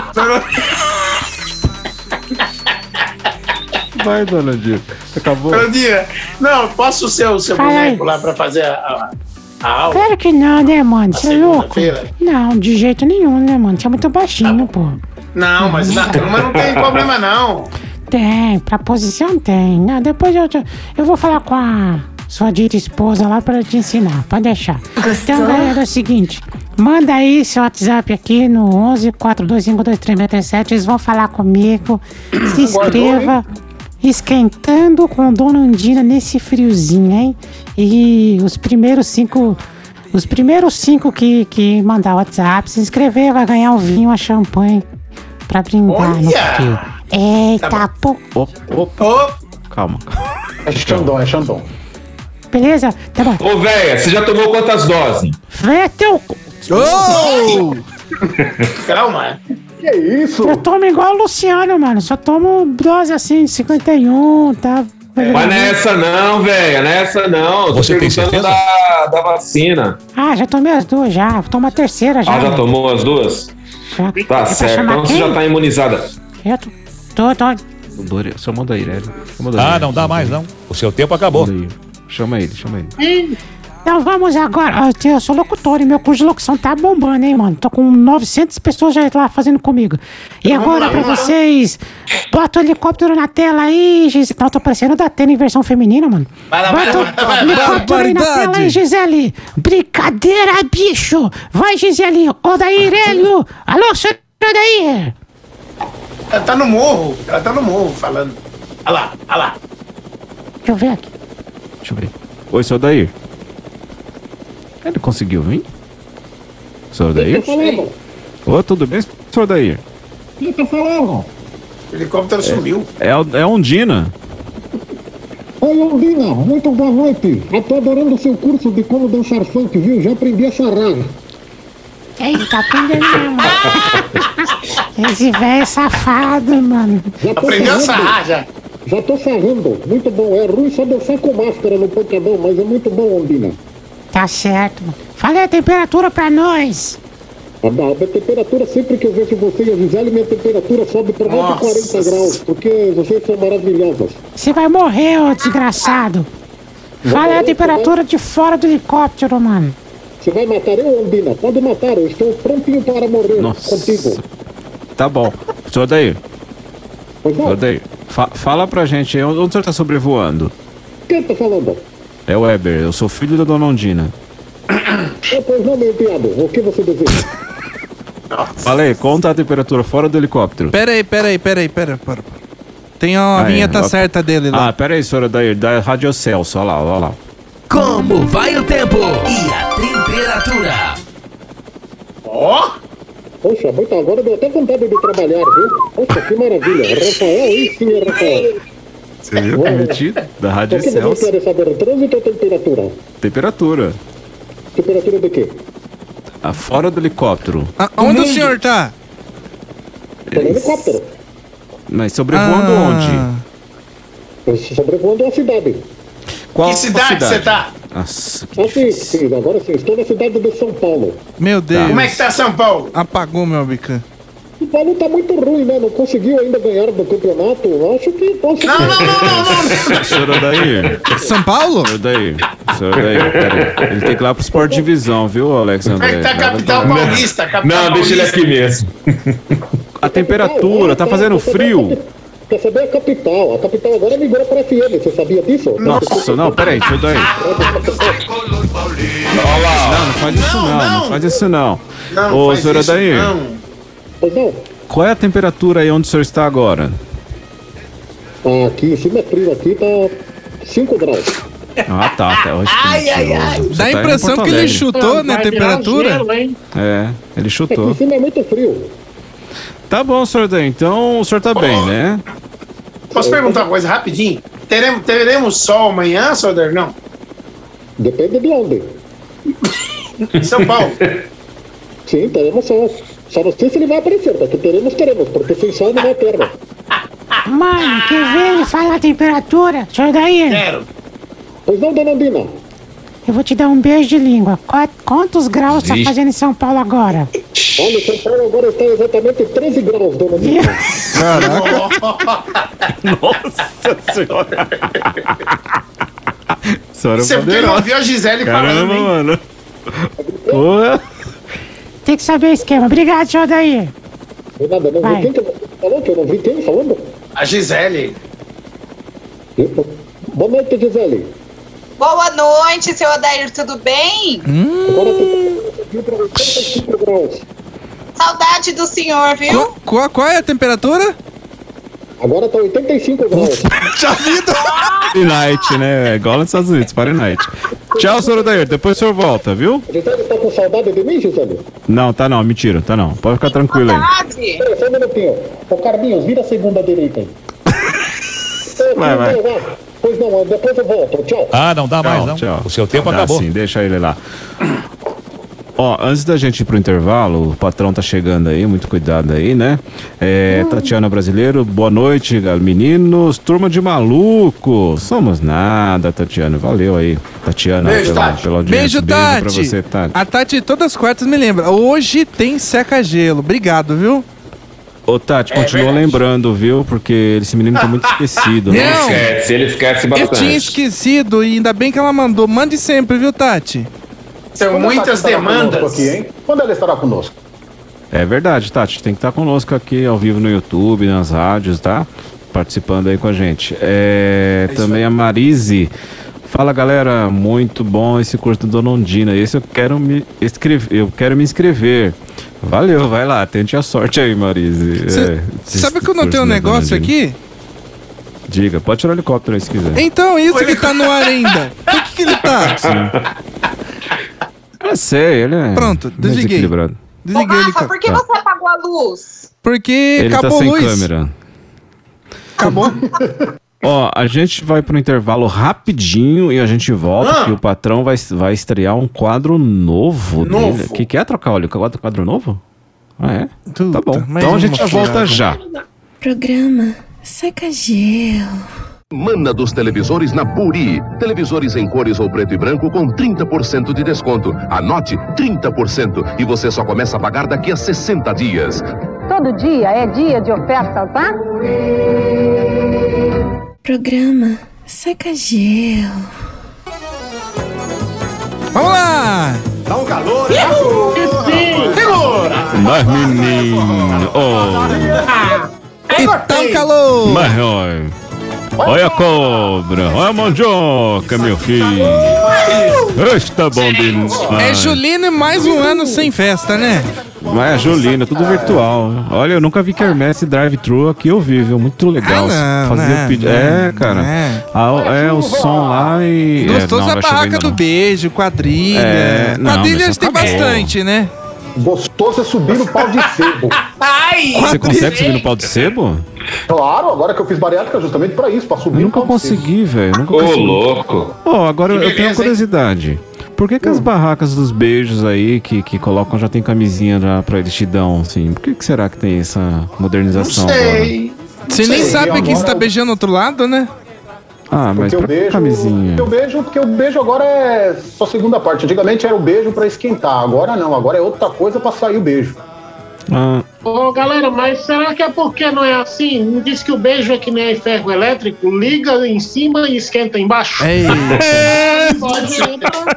Speaker 4: Vai, dona Dira. Acabou.
Speaker 7: Fernandinho, não, posso ser o seu
Speaker 10: Fala aí.
Speaker 7: boneco lá pra fazer a, a- Ah,
Speaker 10: Claro que não, né, mano? Você é louco?
Speaker 7: segunda-feira?
Speaker 10: Não, de jeito nenhum, né, mano? Você é muito baixinho, pô.
Speaker 7: Não, mas na turma não tem problema, não.
Speaker 10: Tem, pra posição tem. Não, depois eu, te- eu vou falar com a sua dita esposa lá pra te ensinar. Pode deixar. Então, galera, é o seguinte. Manda aí seu WhatsApp aqui no 11 42523677. Eles vão falar comigo. Se inscreva. Esquentando com Dona Undina nesse friozinho, hein? E os primeiros cinco... Os primeiros cinco que, que mandar WhatsApp, se inscrever, vai ganhar um vinho, uma champanhe pra brindar no
Speaker 7: Olha!
Speaker 10: frio. Eita,
Speaker 8: Tá
Speaker 10: pô.
Speaker 7: Opa!
Speaker 4: Calma.
Speaker 5: É Xandão, é Xandão.
Speaker 10: Beleza? Tá bom.
Speaker 8: Ô, véia, você já tomou quantas doses?
Speaker 10: Vê teu... cu.
Speaker 9: Oh!
Speaker 7: Calma.
Speaker 5: Que isso?
Speaker 10: Eu tomo igual o Luciano, mano. Só tomo dose assim, de 51, tá?
Speaker 8: Mas não é essa não, velho, não é essa não. Tô
Speaker 11: Você tem
Speaker 8: perguntando
Speaker 11: certeza?
Speaker 8: Da, da vacina.
Speaker 10: Ah, já tomei as duas, já. Vou tomar a terceira já.
Speaker 8: Ah, já tomou as duas?
Speaker 10: Já. É
Speaker 8: Tá
Speaker 10: pra
Speaker 8: certo,
Speaker 10: chamar
Speaker 8: então você
Speaker 10: quem?
Speaker 8: já tá imunizada.
Speaker 10: Eu tô... Tô, tô...
Speaker 4: Dore- Só manda ele, velho. Só manda
Speaker 11: Ah,
Speaker 4: ele.
Speaker 11: não dá mais, não. O seu tempo acabou.
Speaker 4: Manda ele. Chama ele, chama ele.
Speaker 10: Então vamos agora. Eu, eu sou locutor e meu curso de locução tá bombando, hein, mano. Tô com 900 pessoas já lá fazendo comigo. E
Speaker 7: Então,
Speaker 10: agora pra vocês, bota o helicóptero na tela aí, Gisele. Não, tô parecendo da tela em versão feminina, mano.
Speaker 7: Vai lá, vai lá,
Speaker 10: bota
Speaker 7: vai lá, vai
Speaker 10: o
Speaker 7: lá.
Speaker 10: helicóptero aí na
Speaker 9: Barbaridade.
Speaker 10: tela aí, Gisele. Brincadeira, bicho. Vai, Gisele. Odair Hélio. Alô, senhor Odair.
Speaker 7: Ela tá no morro. Ela tá no morro falando. Olha lá, olha lá.
Speaker 10: Deixa eu ver aqui.
Speaker 4: Deixa eu ver. Oi, seu Dair. Ele conseguiu vir? Senhor Dair? Ô, tudo bem, senhor Dair?
Speaker 7: O helicóptero sumiu.
Speaker 4: É, a- é a Undina.
Speaker 5: Oi, Aldina, muito boa noite. Eu tô adorando o seu curso de como dançar funk, viu? Já aprendi a sarrar.
Speaker 10: Ele tá aprendendo, né, mano? Esse velho é safado, mano.
Speaker 5: Já tô
Speaker 7: Aprendeu a
Speaker 5: sarrando.
Speaker 7: sarrar já.
Speaker 5: Já tô sarrando. Muito bom. É ruim só dançar com máscara no pancadão, mas é muito bom, Aldina.
Speaker 10: Tá certo, mano. Fala aí a temperatura pra nós.
Speaker 5: A, a, a temperatura, sempre que eu vejo você e a Gisele, minha temperatura sobe para mais de
Speaker 7: Nossa.
Speaker 5: 40 graus, porque vocês são maravilhosas.
Speaker 10: Você vai morrer, ô desgraçado. Fala aí a temperatura de fora do helicóptero, mano.
Speaker 5: Você vai matar eu, Aldina? Pode matar, eu estou prontinho para morrer
Speaker 4: Nossa.
Speaker 5: contigo.
Speaker 4: Tá bom. Senhor Dair,
Speaker 5: Pois não?
Speaker 4: senhor Dair. fa- fala pra gente aí onde o senhor tá sobrevoando.
Speaker 5: Quem tá falando?
Speaker 4: É o Weber, eu sou filho da dona Undina.
Speaker 5: É, pois não, meu piado. O que você deseja?
Speaker 4: Fala aí, conta a temperatura fora do helicóptero.
Speaker 9: Pera aí, pera aí, pera aí, pera aí. Pera, pera. Tem a
Speaker 4: Ah, é,
Speaker 9: vinheta
Speaker 4: ó.
Speaker 9: certa dele lá.
Speaker 4: Ah, pera aí, senhora Dair, da Rádio Celso, olha lá, olha lá.
Speaker 1: Como vai o tempo e a temperatura?
Speaker 7: Ó,
Speaker 5: Poxa, muito agora deu até vontade de trabalhar, viu? Poxa, que maravilha. Rafael, aí sim é Rafael.
Speaker 4: Você viu que mentira? Da
Speaker 5: O
Speaker 4: Rádio
Speaker 5: que você
Speaker 4: Celso.
Speaker 5: quer saber? Trânsito ou temperatura?
Speaker 4: Temperatura.
Speaker 5: Temperatura de quê?
Speaker 4: Ah, fora do helicóptero.
Speaker 9: Ah, onde o senhor tá?
Speaker 5: Tô no helicóptero.
Speaker 4: Mas sobrevoando
Speaker 9: Ah,
Speaker 5: Eu estou Sobrevoando a cidade.
Speaker 4: onde? Qual
Speaker 7: que cidade você tá?
Speaker 4: Nossa, que
Speaker 5: Aqui,
Speaker 4: difícil.
Speaker 5: sim, agora sim. Estou na cidade de São Paulo.
Speaker 9: Meu Deus.
Speaker 7: Como é que tá São Paulo?
Speaker 9: Apagou meu bican.
Speaker 5: O Paulo tá muito ruim, né? Não conseguiu ainda ganhar do campeonato. Acho que posso.
Speaker 7: Não, não, não, não, não.
Speaker 4: Senhor Odair,
Speaker 9: São Paulo?
Speaker 4: senhor Odair, senhor Odair, pera aí. Ele tem que ir lá pro Sport Divisão, viu, Alex
Speaker 7: Como é
Speaker 4: André?
Speaker 7: que tá a capital
Speaker 4: Nada-
Speaker 7: paulista? Capital
Speaker 8: Não, deixa ele
Speaker 7: paulista.
Speaker 8: aqui mesmo.
Speaker 4: A temperatura, tá fazendo frio.
Speaker 5: Quer saber a capital? A capital agora migrou pra FM, você sabia disso?
Speaker 4: Nossa, não, peraí, senhor Odair.
Speaker 8: Olha lá,
Speaker 4: Não, não faz isso
Speaker 7: Não,
Speaker 4: não, não,
Speaker 7: não.
Speaker 4: faz isso não.
Speaker 7: Não,
Speaker 4: Ô,
Speaker 7: faz
Speaker 4: senhor
Speaker 7: isso,
Speaker 4: Adair.
Speaker 7: não.
Speaker 5: Pois não.
Speaker 4: Qual é a temperatura aí onde o senhor está agora?
Speaker 5: Ah, Aqui em cima é frio, aqui tá 5 graus.
Speaker 4: Ah, tá, tá. eu acho que
Speaker 7: Ai, ai, ai.
Speaker 4: você
Speaker 9: Dá a
Speaker 4: tá indo em
Speaker 9: impressão
Speaker 4: Porto
Speaker 9: que ele
Speaker 4: Alegre.
Speaker 9: chutou, né?
Speaker 3: Vai virar um
Speaker 9: Temperatura.
Speaker 3: gelo, hein?
Speaker 4: É, ele
Speaker 5: Aqui em
Speaker 4: chutou.
Speaker 5: cima é muito frio.
Speaker 4: Tá bom, senhor Odair, então o senhor tá bem, né?
Speaker 7: Posso perguntar uma coisa rapidinho? Teremos, teremos sol amanhã, senhor Adair? Não.
Speaker 5: Depende de onde.
Speaker 7: Em São Paulo.
Speaker 5: Sim, teremos sol. Só não sei se ele vai aparecer, porque teremos, teremos, porque sem sol não vai ter. né?
Speaker 10: Mano, que ver ele fala a temperatura. Senhor daí,
Speaker 7: Quero.
Speaker 5: Pois não, dona Andina.
Speaker 10: eu vou te dar um beijo de língua. Qua- Quantos graus tá
Speaker 11: Vixe.
Speaker 10: fazendo em São Paulo agora?
Speaker 5: Olha, São Paulo agora está exatamente 13 graus, dona Andina.
Speaker 4: Nossa senhora. senhora
Speaker 7: Você
Speaker 4: é
Speaker 7: não
Speaker 4: poderosa.
Speaker 7: ouviu a Gisele
Speaker 4: é Caramba,
Speaker 7: falando, hein?
Speaker 4: mano. Porra.
Speaker 10: Tem que saber o esquema. Obrigado, senhor daí.
Speaker 5: Eu nada, não
Speaker 10: Vai.
Speaker 5: vi quem que eu- falou que eu não vi quem falando.
Speaker 7: A Gisele.
Speaker 5: Eu- Boa noite, Gisele.
Speaker 6: Boa noite, seu Adair, tudo bem?
Speaker 4: Hum?
Speaker 5: Agora tá tem pra 85 graus.
Speaker 6: Saudade do senhor, viu?
Speaker 9: Qual, qual, qual é a temperatura?
Speaker 5: Agora tá 85 graus.
Speaker 9: Já vida!
Speaker 4: Party Night, né? É igual nos Estados Unidos, Party Night. Tchau, senhor Odair. Depois o senhor volta, viu?
Speaker 5: Gisele, tá com saudade de mim, Gisele?
Speaker 4: Não, tá não, mentira, tá não. Pode ficar tranquilo aí.
Speaker 6: Saudade.
Speaker 5: Pera, só um minutinho. Ô, Carlinhos, vira a segunda direita aí. É,
Speaker 4: Vai, vai.
Speaker 5: não, não. Pois não, depois eu volto. Tchau.
Speaker 11: Ah, não dá mais,
Speaker 4: Tchau,
Speaker 11: não.
Speaker 4: tchau.
Speaker 11: O seu tempo
Speaker 4: Dá
Speaker 11: acabou.
Speaker 4: Sim, deixa ele lá. Ó, antes da gente ir pro intervalo, o patrão tá chegando aí, muito cuidado aí, né? É,
Speaker 9: Hum.
Speaker 4: Tatiana Brasileiro, boa noite, gal- meninos. Turma de maluco. Somos nada, Tatiana. Valeu aí, Tatiana,
Speaker 7: Beijo,
Speaker 4: pela,
Speaker 7: Tati.
Speaker 4: pela audiência.
Speaker 9: Beijo, Tati. Ah,
Speaker 4: pra você, Tati.
Speaker 9: A Tati todas as quartas me lembra. Hoje tem seca-gelo. Obrigado, viu?
Speaker 4: Ô, Tati,
Speaker 9: é
Speaker 4: continua lembrando, viu? Porque esse menino tá muito esquecido,
Speaker 9: Não.
Speaker 4: né?
Speaker 9: Ele
Speaker 8: esquece, ele esquece
Speaker 9: Eu tinha esquecido e ainda bem que ela mandou. Mande sempre, viu, Tati?
Speaker 7: São
Speaker 5: Quando a Tati
Speaker 7: muitas
Speaker 5: estará
Speaker 3: um
Speaker 5: conosco
Speaker 7: demandas.
Speaker 5: Aqui, hein? Quando ela estará conosco?
Speaker 4: É verdade, Tati. Tem que estar conosco aqui ao vivo no YouTube, nas rádios, tá? Participando aí com a gente. É, também a Marise. Fala galera, muito bom esse curso do Dona Ondina. Esse eu quero me escrever. Eu quero me inscrever. Valeu, vai lá, tente a sorte aí, Marise. É,
Speaker 9: Cê-
Speaker 4: esse
Speaker 9: Sabe que eu
Speaker 4: curso
Speaker 9: notei um
Speaker 4: da Dona
Speaker 9: negócio
Speaker 4: Ondina.
Speaker 9: aqui?
Speaker 4: Diga, pode tirar o helicóptero aí se quiser.
Speaker 9: Então, isso que tá no ar ainda. Por que, que ele tá?
Speaker 4: Eu sei, ele é.
Speaker 9: Pronto, desliguei.
Speaker 4: desequilibrado.
Speaker 6: Ô,
Speaker 9: Desliguei ele.
Speaker 6: Rafa, por que
Speaker 4: Tá.
Speaker 6: você apagou a luz?
Speaker 9: Porque
Speaker 4: Ele tá
Speaker 9: acabou
Speaker 4: sem
Speaker 9: a luz.
Speaker 4: câmera.
Speaker 9: Acabou.
Speaker 4: Ó, a gente vai pro intervalo rapidinho e a gente volta,
Speaker 7: Ah.
Speaker 4: que o patrão vai, vai estrear um quadro novo,
Speaker 7: Novo.
Speaker 4: dele. Que que é trocar óleo? Quadro, quadro novo? Ah, é?
Speaker 9: Puta,
Speaker 4: tá bom.
Speaker 9: mas
Speaker 4: Então a gente
Speaker 9: uma
Speaker 4: já volta
Speaker 9: furada.
Speaker 4: já.
Speaker 2: Programa Seca Gelo.
Speaker 1: Mana dos televisores na Buri. Televisores em cores ou preto e branco com 30% de desconto. Anote 30% e você só começa a pagar daqui a 60 dias.
Speaker 12: Todo dia é dia de oferta, tá?
Speaker 2: Programa Seca Gelo.
Speaker 9: Vamos lá!
Speaker 5: Dá um calor.
Speaker 4: Mas menino,
Speaker 9: E tá um calor!
Speaker 4: mas olha. Olha a cobra, olha a mandioca, meu filho. Está bom
Speaker 9: É
Speaker 4: demais.
Speaker 9: Julino e mais um ano sem festa, né?
Speaker 4: Mas a Julina, é, tudo virtual. Olha, eu nunca vi quermesse drive-thru aqui ao vivo. é Muito legal.
Speaker 9: Ah, não,
Speaker 4: Fazer
Speaker 9: né?
Speaker 4: o pedido.
Speaker 9: Não,
Speaker 4: É, cara.
Speaker 9: né?
Speaker 4: Ah, é o som lá e.
Speaker 9: Gostoso
Speaker 4: é,
Speaker 9: a
Speaker 4: vai chover
Speaker 9: barraca
Speaker 4: ainda
Speaker 9: do
Speaker 4: não.
Speaker 9: beijo, quadrilha.
Speaker 4: É, não,
Speaker 9: quadrilha
Speaker 4: mas
Speaker 9: tem
Speaker 4: acabou.
Speaker 9: bastante, né?
Speaker 5: Gostoso é subir no pau de sebo.
Speaker 6: Ai!
Speaker 4: Você consegue
Speaker 9: Quadrilha.
Speaker 4: subir no pau de sebo?
Speaker 5: Claro, agora que eu fiz bariátrica justamente pra isso, pra
Speaker 4: Eu
Speaker 5: subir no
Speaker 4: nunca
Speaker 5: pau de sebo.
Speaker 4: consegui, velho. eu Nunca
Speaker 8: Ô,
Speaker 4: consegui.
Speaker 8: louco.
Speaker 4: Ó, agora
Speaker 7: Que
Speaker 4: eu tenho
Speaker 7: beleza,
Speaker 4: uma
Speaker 7: hein?
Speaker 4: curiosidade. Por que, que as barracas dos beijos aí que, que colocam já tem camisinha já pra eles te dão, assim? Por que, que será que tem essa
Speaker 7: Não
Speaker 4: modernização agora?
Speaker 7: sei.
Speaker 9: Você nem
Speaker 5: sei,
Speaker 9: sabe
Speaker 5: agora
Speaker 9: quem está
Speaker 5: eu-
Speaker 9: beijando outro lado, né?
Speaker 4: Ah, mas
Speaker 5: Porque o
Speaker 4: pra que
Speaker 5: beijo,
Speaker 4: camisinha?
Speaker 5: porque o beijo, porque o beijo agora é só segunda parte. Antigamente era o beijo pra esquentar, agora não, agora é outra coisa pra sair o beijo.
Speaker 4: Ah,
Speaker 3: Ô, galera, mas será que é porque não é assim? Não diz que o beijo é que nem ferro elétrico? Liga em cima e esquenta embaixo?
Speaker 9: Ei.
Speaker 3: Pode ir pra-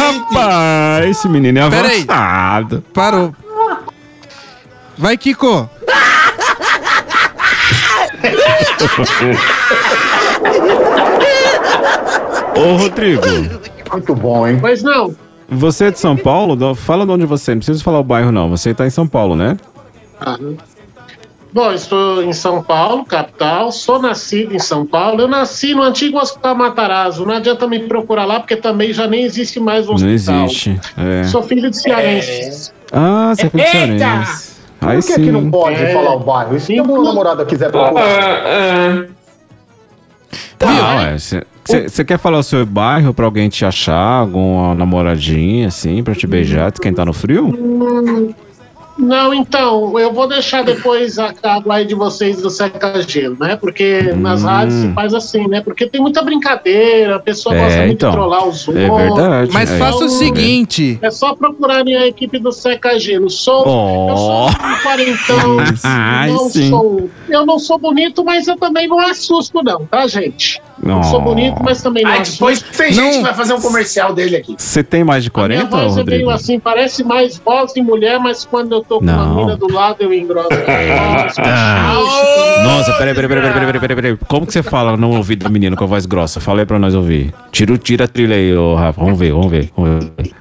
Speaker 4: rapaz, esse menino é
Speaker 9: Pera aí.
Speaker 4: avançado.
Speaker 9: Parou. Vai, Kiko.
Speaker 4: Ô, Rodrigo,
Speaker 5: Muito bom, hein?
Speaker 3: Pois não.
Speaker 4: você é de São Paulo? Do- Fala de onde você é. Não precisa falar o bairro, não. Você tá em São Paulo, né?
Speaker 3: Bom, estou em São Paulo, capital, sou nascido em São Paulo. Eu nasci no antigo Hospital Matarazzo. Não adianta me procurar lá, porque também já nem existe mais um
Speaker 4: Não
Speaker 3: hospital.
Speaker 4: existe. É.
Speaker 3: Sou filho de cearenses.
Speaker 4: Ah, você é filho de cearense. Aí
Speaker 5: Por que aqui não
Speaker 4: sim.
Speaker 5: pode
Speaker 3: É. Ah,
Speaker 5: falar o bairro? E se a minha namorada quiser procurar?
Speaker 8: ah.
Speaker 4: Ah, ué, você- você você quer falar o seu bairro pra alguém te tá achar, alguma namoradinha, assim, pra te beijar, te esquentar no frio?
Speaker 3: Não, então, eu vou deixar depois a cargo aí de vocês do Seca Gelo, né? Porque nas
Speaker 4: Hum.
Speaker 3: rádios se faz assim, né? Porque tem muita brincadeira, a pessoa
Speaker 4: É,
Speaker 3: gosta muito
Speaker 4: então.
Speaker 3: de trollar os
Speaker 4: É
Speaker 3: outros.
Speaker 4: verdade,
Speaker 9: Mas é. faça o seguinte.
Speaker 3: É só procurar minha equipe do Seca Gelo. Sou
Speaker 4: Oh.
Speaker 3: um quarentão.
Speaker 4: Ai,
Speaker 3: não
Speaker 4: sim.
Speaker 3: sou. um- Eu não sou bonito, mas eu também não assusto, não, tá, gente? Não sou
Speaker 4: Oh.
Speaker 3: bonito, mas também não
Speaker 7: Aí depois tem gente
Speaker 4: Não.
Speaker 7: que vai fazer um comercial dele aqui.
Speaker 4: Você tem mais de
Speaker 3: minha
Speaker 4: 40,
Speaker 3: voz é meio
Speaker 4: Rodrigo?
Speaker 3: assim, parece mais voz de mulher, mas quando eu tô com
Speaker 4: Não. É.
Speaker 3: uma mina do lado, eu engrosso. Nossa,
Speaker 4: Ah. Nossa, peraí, peraí, peraí, peraí, peraí, peraí, peraí. Como que você fala no ouvido do menino com a voz grossa? Fala aí pra nós ouvir. Tira, o- tira a trilha aí, ô Rafa. Vamos ver, vamos ver. Vamos ver.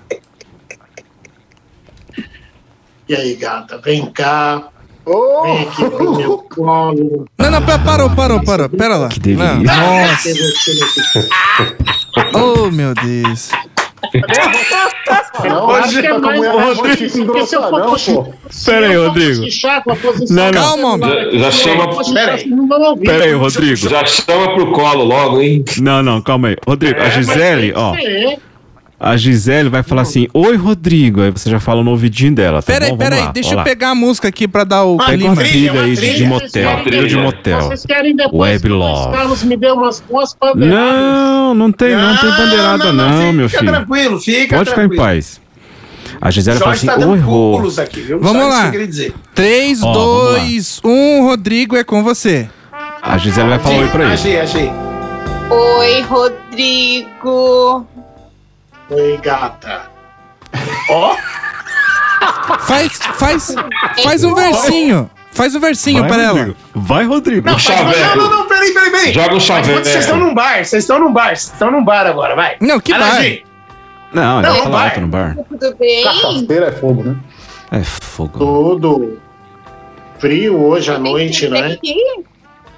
Speaker 3: E aí, gata, vem cá. Vem aqui pro meu colo.
Speaker 9: Não, não, pa- parou, parou, parou. Pera lá.
Speaker 4: delícia.
Speaker 9: Não, nossa. Oh, meu Deus.
Speaker 3: Eu acho
Speaker 5: tá
Speaker 3: que é mais baixo, porque se eu for cochichar- se
Speaker 4: Pera aí,
Speaker 3: eu for
Speaker 4: Rodrigo.
Speaker 3: cochichar com a posição
Speaker 4: Não, não.
Speaker 3: do
Speaker 4: Calma,
Speaker 3: celular
Speaker 8: homem.
Speaker 3: aqui,
Speaker 8: Já
Speaker 3: eu
Speaker 8: chama-
Speaker 3: vou cochichar,
Speaker 8: Pera aí.
Speaker 3: vocês não vão ouvir.
Speaker 4: Pera aí, Rodrigo.
Speaker 8: Já chama pro colo logo, hein?
Speaker 4: Não, não, calma aí. Rodrigo, a Gisele, ó.
Speaker 3: É.
Speaker 4: A Gisele vai falar assim: Oi, Rodrigo. Aí você já fala no ouvidinho dela, tá
Speaker 9: Peraí,
Speaker 4: bom? Vamos
Speaker 9: peraí,
Speaker 4: lá,
Speaker 9: deixa
Speaker 4: ó lá.
Speaker 9: eu pegar a música aqui pra dar o
Speaker 4: Pega uma
Speaker 9: clima.
Speaker 4: trilha aí de, de
Speaker 3: Vocês
Speaker 4: motel.
Speaker 3: querem
Speaker 4: Trilha de
Speaker 3: depois-
Speaker 4: motel.
Speaker 3: Vocês querem depois
Speaker 4: Web
Speaker 3: que o Luiz
Speaker 4: Love.
Speaker 3: Carlos me deu umas boas pandeiradas?
Speaker 4: Não, não tem, não, tem bandeirada, não, meu
Speaker 7: fica
Speaker 4: filho.
Speaker 7: tranquilo, fica
Speaker 4: Pode ficar em
Speaker 7: tranquilo.
Speaker 4: paz. A Gisele fala
Speaker 7: Jorge
Speaker 4: assim:
Speaker 7: tá
Speaker 4: Oi,
Speaker 7: dando
Speaker 4: Rô.
Speaker 7: pulos aqui, viu?
Speaker 9: Vamos
Speaker 7: Só isso
Speaker 9: lá.
Speaker 7: que eu queria dizer.
Speaker 9: 3,
Speaker 4: Ó, vamos lá.
Speaker 9: 2, 1, Rodrigo, é com você.
Speaker 4: A Gisele vai falar um oi pra ele.
Speaker 7: Achei, achei.
Speaker 6: Oi, Rodrigo.
Speaker 3: Oi, gata.
Speaker 7: Ó,
Speaker 9: Faz, faz, faz um versinho. Faz um versinho
Speaker 4: Vai,
Speaker 9: pra ela.
Speaker 4: Rodrigo. Vai, Rodrigo.
Speaker 7: não, faz-
Speaker 8: chaveco.
Speaker 7: não, não, não, peraí, peraí, peraí.
Speaker 8: Joga um
Speaker 7: Mas
Speaker 8: chaveco.
Speaker 7: quando Vocês estão num bar, vocês estão num bar, vocês estão num bar agora, vai.
Speaker 9: Não, que vai.
Speaker 7: Alandir,
Speaker 4: Não, ela
Speaker 7: Não,
Speaker 4: fala
Speaker 7: vai.
Speaker 4: alto no bar.
Speaker 6: Tudo bem?
Speaker 3: Tá,
Speaker 5: Cachaceira é fogo, né?
Speaker 4: É fogo.
Speaker 3: Tudo frio hoje à noite, né?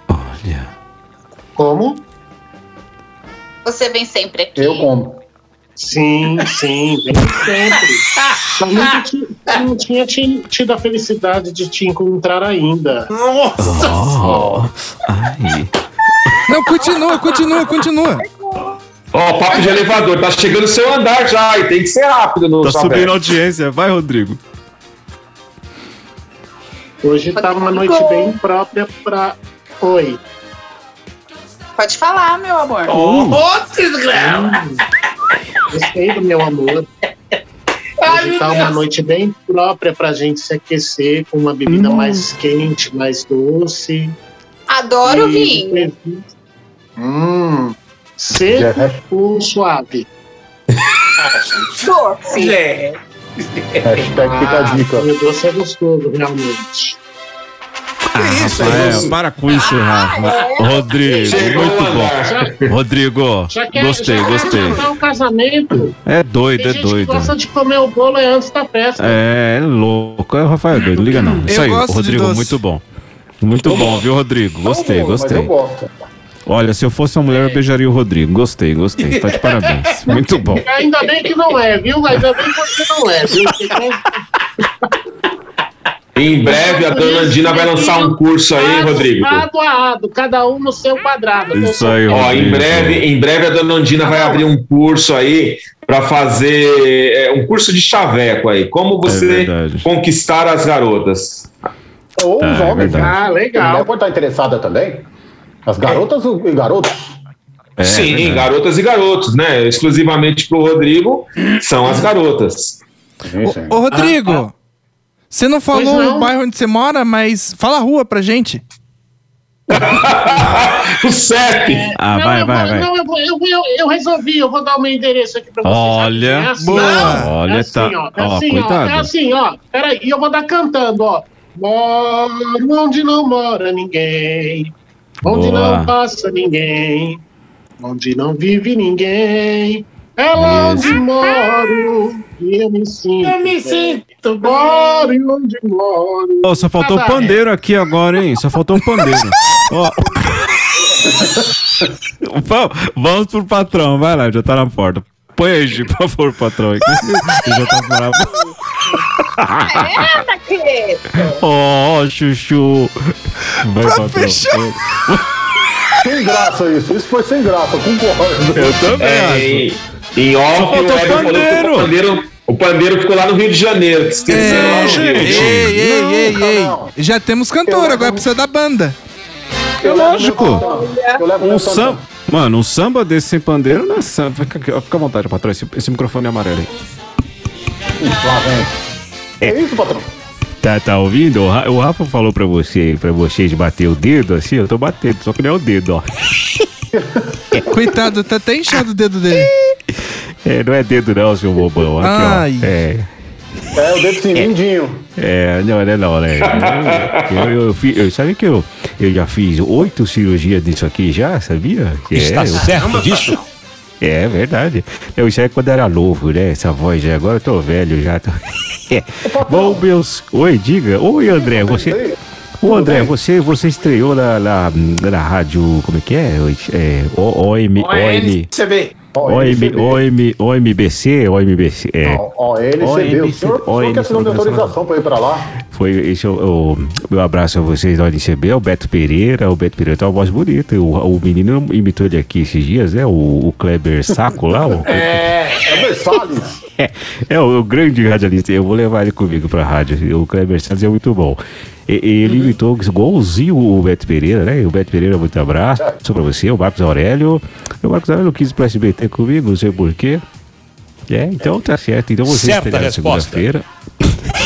Speaker 4: Olha.
Speaker 3: Como?
Speaker 6: Você vem sempre aqui.
Speaker 5: Eu como.
Speaker 3: Sim, sim, vem sempre. Mas nunca ti- não tinha ti- tido a felicidade de te encontrar ainda.
Speaker 7: Nossa,
Speaker 4: Oh. Ai.
Speaker 9: Não, continua, continua, continua.
Speaker 4: Tá
Speaker 8: Ó, papo de elevador, tá chegando o seu andar já, e tem que ser rápido no
Speaker 4: Tá
Speaker 8: chaveco.
Speaker 4: subindo a audiência. Vai, Rodrigo.
Speaker 3: Hoje tá uma noite bem própria pra. Oi.
Speaker 6: Pode falar, meu amor.
Speaker 7: Ô, desgraça.
Speaker 3: Gostei do meu amor.
Speaker 7: Ai,
Speaker 3: Hoje
Speaker 7: meu
Speaker 3: tá uma
Speaker 7: Deus.
Speaker 3: noite bem própria pra gente se aquecer com uma bebida
Speaker 4: Hum.
Speaker 3: mais quente, mais doce.
Speaker 6: Adoro
Speaker 3: E-
Speaker 6: vinho.
Speaker 3: Hum. Seco
Speaker 5: É,
Speaker 3: ou um suave?
Speaker 6: Doce.
Speaker 7: É.
Speaker 5: hashtag fica a dica.
Speaker 3: o doce é gostoso, realmente.
Speaker 7: Que isso,
Speaker 4: Rafael, para com isso, Rafa. Rodrigo,
Speaker 8: Chegou
Speaker 4: muito
Speaker 8: o andar.
Speaker 4: bom.
Speaker 3: Já,
Speaker 4: Rodrigo,
Speaker 3: já quer,
Speaker 4: gostei,
Speaker 3: já quer
Speaker 4: gostei.
Speaker 3: adiantar um casamento?
Speaker 4: É
Speaker 3: Tem
Speaker 4: doido, é
Speaker 3: gente que
Speaker 4: doido.
Speaker 3: gosta de comer o bolo é antes da festa.
Speaker 4: É, é louco. É o Rafael doido, liga não. Isso
Speaker 9: Eu
Speaker 4: aí,
Speaker 9: gosto de
Speaker 4: Rodrigo,
Speaker 9: doce.
Speaker 4: muito bom. Muito bom, viu, Rodrigo? Gostei,
Speaker 5: Não, mas eu
Speaker 4: gostei.
Speaker 5: gosto.
Speaker 4: Olha, se eu fosse uma mulher, eu beijaria o Rodrigo. Gostei, gostei. Tá de parabéns. Muito bom.
Speaker 3: Ainda bem que não é, viu? Ainda bem que você não é, viu? Porque tem-
Speaker 8: Em breve a dona Andina vai lançar um curso aí, hein,
Speaker 3: ado-
Speaker 8: Rodrigo.
Speaker 3: Ado a ado, cada um no seu quadrado.
Speaker 4: Isso aí,
Speaker 8: Ó, em
Speaker 4: Rodrigo.
Speaker 8: breve, em breve a dona Andina vai abrir um curso aí para fazer é, um curso de chaveco aí. Como você
Speaker 4: É verdade.
Speaker 8: conquistar as garotas.
Speaker 5: Ou
Speaker 4: Tá,
Speaker 5: os
Speaker 4: é
Speaker 5: homens.
Speaker 4: verdade.
Speaker 3: Ah,
Speaker 5: A mulher
Speaker 3: legal.
Speaker 5: pode estar interessada também. As garotas e garotos.
Speaker 4: É,
Speaker 8: Sim,
Speaker 4: verdade.
Speaker 8: garotas e garotos, né? Exclusivamente pro Rodrigo são as garotas.
Speaker 5: Isso, hein?
Speaker 9: Ô, Rodrigo, você não falou
Speaker 3: não.
Speaker 9: o bairro onde você mora, mas fala a rua pra gente.
Speaker 8: O CEP!
Speaker 4: Ah,
Speaker 3: não,
Speaker 4: vai,
Speaker 3: eu
Speaker 4: vai,
Speaker 3: vou-
Speaker 4: vai.
Speaker 3: Não, eu, vou- eu, eu, eu resolvi, eu vou dar o meu endereço aqui pra vocês.
Speaker 4: Olha,
Speaker 3: É assim,
Speaker 9: boa.
Speaker 3: ó,
Speaker 4: Olha,
Speaker 3: é assim,
Speaker 4: tá-
Speaker 3: Ó, é
Speaker 4: ó,
Speaker 3: assim, ó,
Speaker 4: coitado.
Speaker 3: é assim, ó. Peraí, e eu vou dar cantando, ó. Moro onde não mora ninguém, onde
Speaker 4: Boa.
Speaker 3: não passa ninguém, onde não vive ninguém. É lá onde
Speaker 4: Isso.
Speaker 3: moro e eu me sinto.
Speaker 7: Eu me
Speaker 3: bem.
Speaker 7: sinto bom.
Speaker 3: Moro e onde moro.
Speaker 4: Ó, só faltou
Speaker 3: Ah,
Speaker 4: um
Speaker 3: vai.
Speaker 4: pandeiro aqui agora, hein? Só faltou um pandeiro. Ó. Va- Vamos pro patrão, vai lá, já tá na porta. Põe aí, Gi, por favor, patrão. aqui. Ele já tá bravo.
Speaker 6: É, Taquê.
Speaker 4: Ó, oh, chuchu. Vai, patrão.
Speaker 5: Sem graça isso. Isso foi sem graça, eu concordo.
Speaker 4: Eu também.
Speaker 8: É,
Speaker 4: acho.
Speaker 8: em, em
Speaker 4: Só
Speaker 8: off, o
Speaker 4: faltou
Speaker 8: Weber falou que o
Speaker 4: pandeiro. É,
Speaker 8: pandeiro O pandeiro ficou lá no Rio de Janeiro. que esqueceu né?
Speaker 9: Ei,
Speaker 8: lá o Rio.
Speaker 9: ei, ei, ei, ei. Já temos cantor, agora precisa da banda.
Speaker 13: É lógico.
Speaker 5: Eu levo
Speaker 13: Um
Speaker 5: meu samba.
Speaker 13: samba. Mano, um samba desse sem pandeiro não é samba. Fica, aqui, ó, fica à vontade, patrão. Esse, esse microfone é amarelo aí.
Speaker 5: Lá vem. É isso, patrão.
Speaker 4: Tá, tá ouvindo? O Ra- O Rafa falou pra você, pra vocês bater o dedo assim, eu tô batendo, só que não é o dedo, ó.
Speaker 9: Coitado, tá até inchado o dedo dele.
Speaker 4: É, não é dedo não, seu bobão. Aqui,
Speaker 9: Ai.
Speaker 4: ó. É.
Speaker 5: É, o dedo sim, lindinho.
Speaker 4: É, não, né, não, né? Eu, eu, eu, fi- eu- sabe que eu, eu já fiz oito cirurgias disso aqui já, sabia? Que
Speaker 2: Está
Speaker 4: eu-
Speaker 2: certo disso?
Speaker 4: É verdade. Eu, isso aí é quando era novo, né? Essa voz já. Agora eu tô velho já. Tô... É. Bom, meus. Oi, diga. Oi, André. Você. Ô, André, você, você estreou na, na, na rádio. Como é que é? é o, OM, OM,
Speaker 7: ONCB.
Speaker 4: OM, OM, OMBC? OMBC. É.
Speaker 5: Ó, ele cedeu. O senhor, o senhor que assinou minha autorização pra ir pra lá.
Speaker 4: Foi esse é o, o meu abraço a vocês da ONCB, ao é Beto Pereira. O Beto Pereira tem uma voz bonita. O, o menino imitou ele aqui esses dias, né? O, o Kleber Saco lá. O,
Speaker 5: É, é Versalhes.
Speaker 4: é, é o, o grande radialista. Eu vou levar ele comigo pra rádio. O Kleber Santos é muito bom. E- e ele imitou igualzinho o Beto Pereira, né? E O Beto Pereira, muito abraço pra você. O Marcos Aurélio. O Marcos Aurélio quis ir pra SBT comigo, não sei porquê. É, então tá certo. Então você
Speaker 2: Certa
Speaker 4: estreia na
Speaker 2: resposta.
Speaker 4: segunda-feira.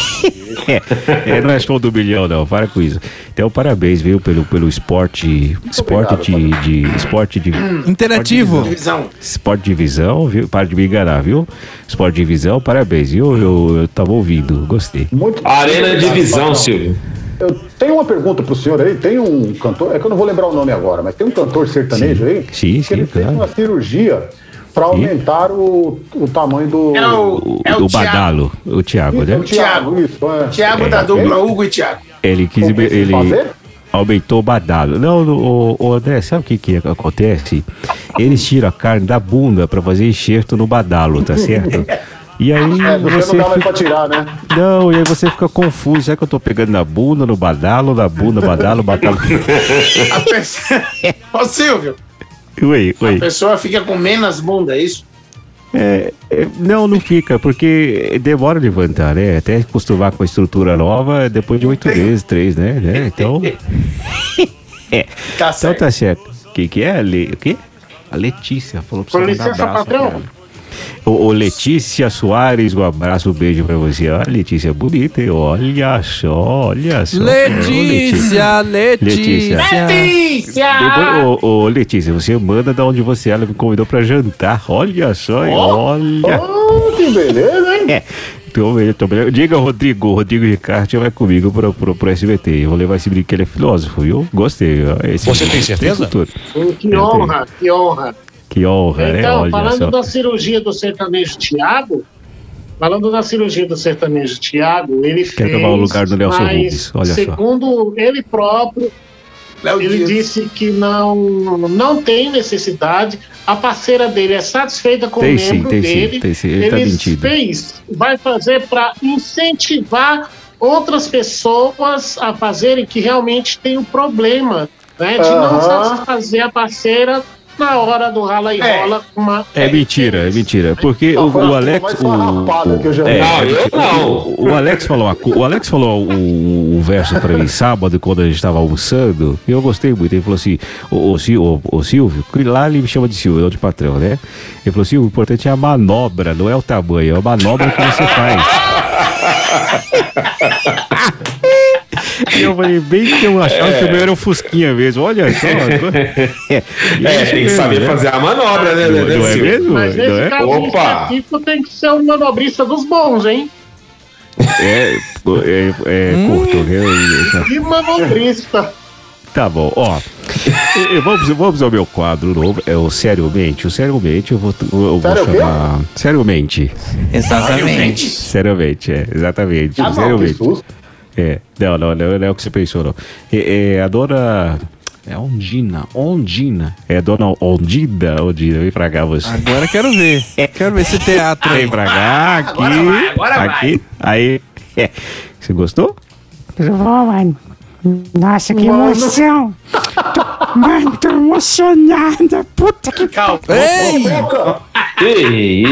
Speaker 4: é, é, não é show do bilhão, não. Para com isso. Então, parabéns, viu, pelo, pelo esporte. Esporte de, de. Esporte de.
Speaker 9: Interativo.
Speaker 7: Divisão.
Speaker 4: Esporte Divisão, viu? Para de me enganar, viu? Esporte Divisão, parabéns, viu? Eu, eu tava ouvindo, gostei.
Speaker 5: Muito
Speaker 8: Arena
Speaker 5: obrigado,
Speaker 8: Divisão,
Speaker 5: patrão.
Speaker 8: Silvio.
Speaker 5: Eu tenho uma pergunta pro senhor aí. Tem um cantor, é que eu não vou lembrar o nome agora, mas tem um cantor sertanejo aí
Speaker 4: Sim,
Speaker 5: que
Speaker 4: sim,
Speaker 5: ele fez
Speaker 4: claro.
Speaker 5: uma cirurgia pra aumentar o, o tamanho do. é
Speaker 7: É o,
Speaker 4: O,
Speaker 7: é o,
Speaker 4: o
Speaker 7: Thiago.
Speaker 4: Badalo, o Thiago, né?
Speaker 5: O Thiago, isso, é.
Speaker 7: Thiago
Speaker 4: É,
Speaker 7: da dupla
Speaker 4: ok.
Speaker 7: Hugo e Thiago.
Speaker 4: Ele quis.
Speaker 5: Como que se
Speaker 4: Ele
Speaker 5: fazer?
Speaker 4: aumentou o badalo. Não, no- o, o André, sabe o que, que acontece? Eles tiram a carne da bunda pra fazer enxerto no badalo, tá certo? E aí
Speaker 5: É, você
Speaker 4: você.
Speaker 5: não dá mais
Speaker 4: fica-
Speaker 5: pra tirar, né?
Speaker 4: Não, e aí você fica confuso. Será que eu tô pegando na bunda, no badalo, na bunda, badalo, badalo?
Speaker 7: A pessoa... Ô, Silvio,
Speaker 4: Oi, oi.
Speaker 7: a pessoa fica com menos bunda, é isso?
Speaker 4: É, é, não, não fica, porque demora a levantar, né? Até acostumar com a estrutura nova é depois de oito meses, três, né? né? Então. é.
Speaker 7: Tá
Speaker 4: certo. Então tá certo. O que, que é? Le... O quê? A Letícia falou pra
Speaker 3: Com
Speaker 4: você mandar
Speaker 3: licença,
Speaker 4: abraço.
Speaker 3: patrão.
Speaker 4: Ô, ô, Letícia Soares, um abraço, um beijo pra você. Olha, Letícia, bonita, hein? Olha só, olha só. Ô,
Speaker 9: Letícia, Letícia.
Speaker 4: Depois, ô, ô, Letícia, você manda da onde você é, ela me convidou pra jantar. Olha só, hein? olha.
Speaker 5: Oh, que beleza, hein?
Speaker 4: É. Tô melhor, tô melhor. Diga, Rodrigo, Rodrigo Ricardo vai comigo pro, pro, pro SBT. Eu vou levar esse brinco que ele é filósofo, viu? Gostei. ó. Esse
Speaker 2: Você
Speaker 4: brinco
Speaker 2: tem certeza?
Speaker 4: futuro.
Speaker 3: Que honra, que honra.
Speaker 4: Que honra, né?
Speaker 3: Então,
Speaker 4: Olha
Speaker 3: falando
Speaker 4: só.
Speaker 3: da cirurgia do sertanejo Tiago, falando da cirurgia do sertanejo Tiago, ele
Speaker 4: Quer
Speaker 3: fez.
Speaker 4: tomar o lugar do Nelson
Speaker 3: mas
Speaker 4: Rubens, olha só.
Speaker 3: Segundo ele próprio, ele disse que não, não tem necessidade. A parceira dele é satisfeita com
Speaker 4: Tem
Speaker 3: o
Speaker 4: sim,
Speaker 3: membro
Speaker 4: tem sim,
Speaker 3: dele.
Speaker 4: tem sim, ele tá mentindo.
Speaker 3: fez, vai fazer para incentivar outras pessoas a fazerem que realmente tem um problema. Né, de não
Speaker 5: Aham.
Speaker 3: satisfazer a parceira na hora do rala e rola com uma.
Speaker 4: É mentira, é mentira. Porque o, o Alex. O,
Speaker 5: que eu já
Speaker 4: o,
Speaker 5: vi.
Speaker 4: é,
Speaker 5: Não,
Speaker 4: é,
Speaker 5: eu não.
Speaker 4: o- o Alex falou uma co- o Alex falou um, um verso pra mim sábado, quando a gente tava almoçando, e eu gostei muito. Ele falou assim: Ô, ô, Sil- ô, ô, Silvio, que lá ele me chama de Silvio, não de patrão, né? Ele falou assim: o importante é a manobra, não é o tamanho, é a manobra que você faz. E eu falei, bem que eu achava que o meu era um Fusquinha mesmo. Olha só. É,
Speaker 8: É, tem que saber fazer a manobra, né,
Speaker 4: Não,
Speaker 8: né,
Speaker 4: não é
Speaker 8: Silvio?
Speaker 4: mesmo?
Speaker 3: Mas
Speaker 4: não
Speaker 3: nesse
Speaker 4: é?
Speaker 3: caso específico tem que ser um manobrista dos bons, hein?
Speaker 4: É, pô, é, é curto, né? Eu- eu-
Speaker 3: Que manobrista.
Speaker 4: Tá bom, ó. E- e Vamos, vamos ao meu quadro novo. É o Seriamente. O Seriamente eu vou, eu vou
Speaker 5: Sério o quê?
Speaker 4: chamar. Seriamente.
Speaker 14: Exatamente.
Speaker 4: Seriamente, é, exatamente.
Speaker 5: Tá bom,
Speaker 4: seriamente.
Speaker 5: que susto.
Speaker 4: É, não, não, não, não é o que você pensou, não. É, é, a dona. É Ondina, Ondina. É a dona Ondina, Ondina, vem pra cá você.
Speaker 9: Agora quero ver. Quero ver esse teatro aí.
Speaker 4: Vem pra cá, aqui. aqui, aí. É. Você gostou?
Speaker 10: Tudo bom, mano? Nossa, que Mano. emoção! Tô, Mano, tô emocionada. Puta que
Speaker 7: calma.
Speaker 4: Ei!
Speaker 2: Que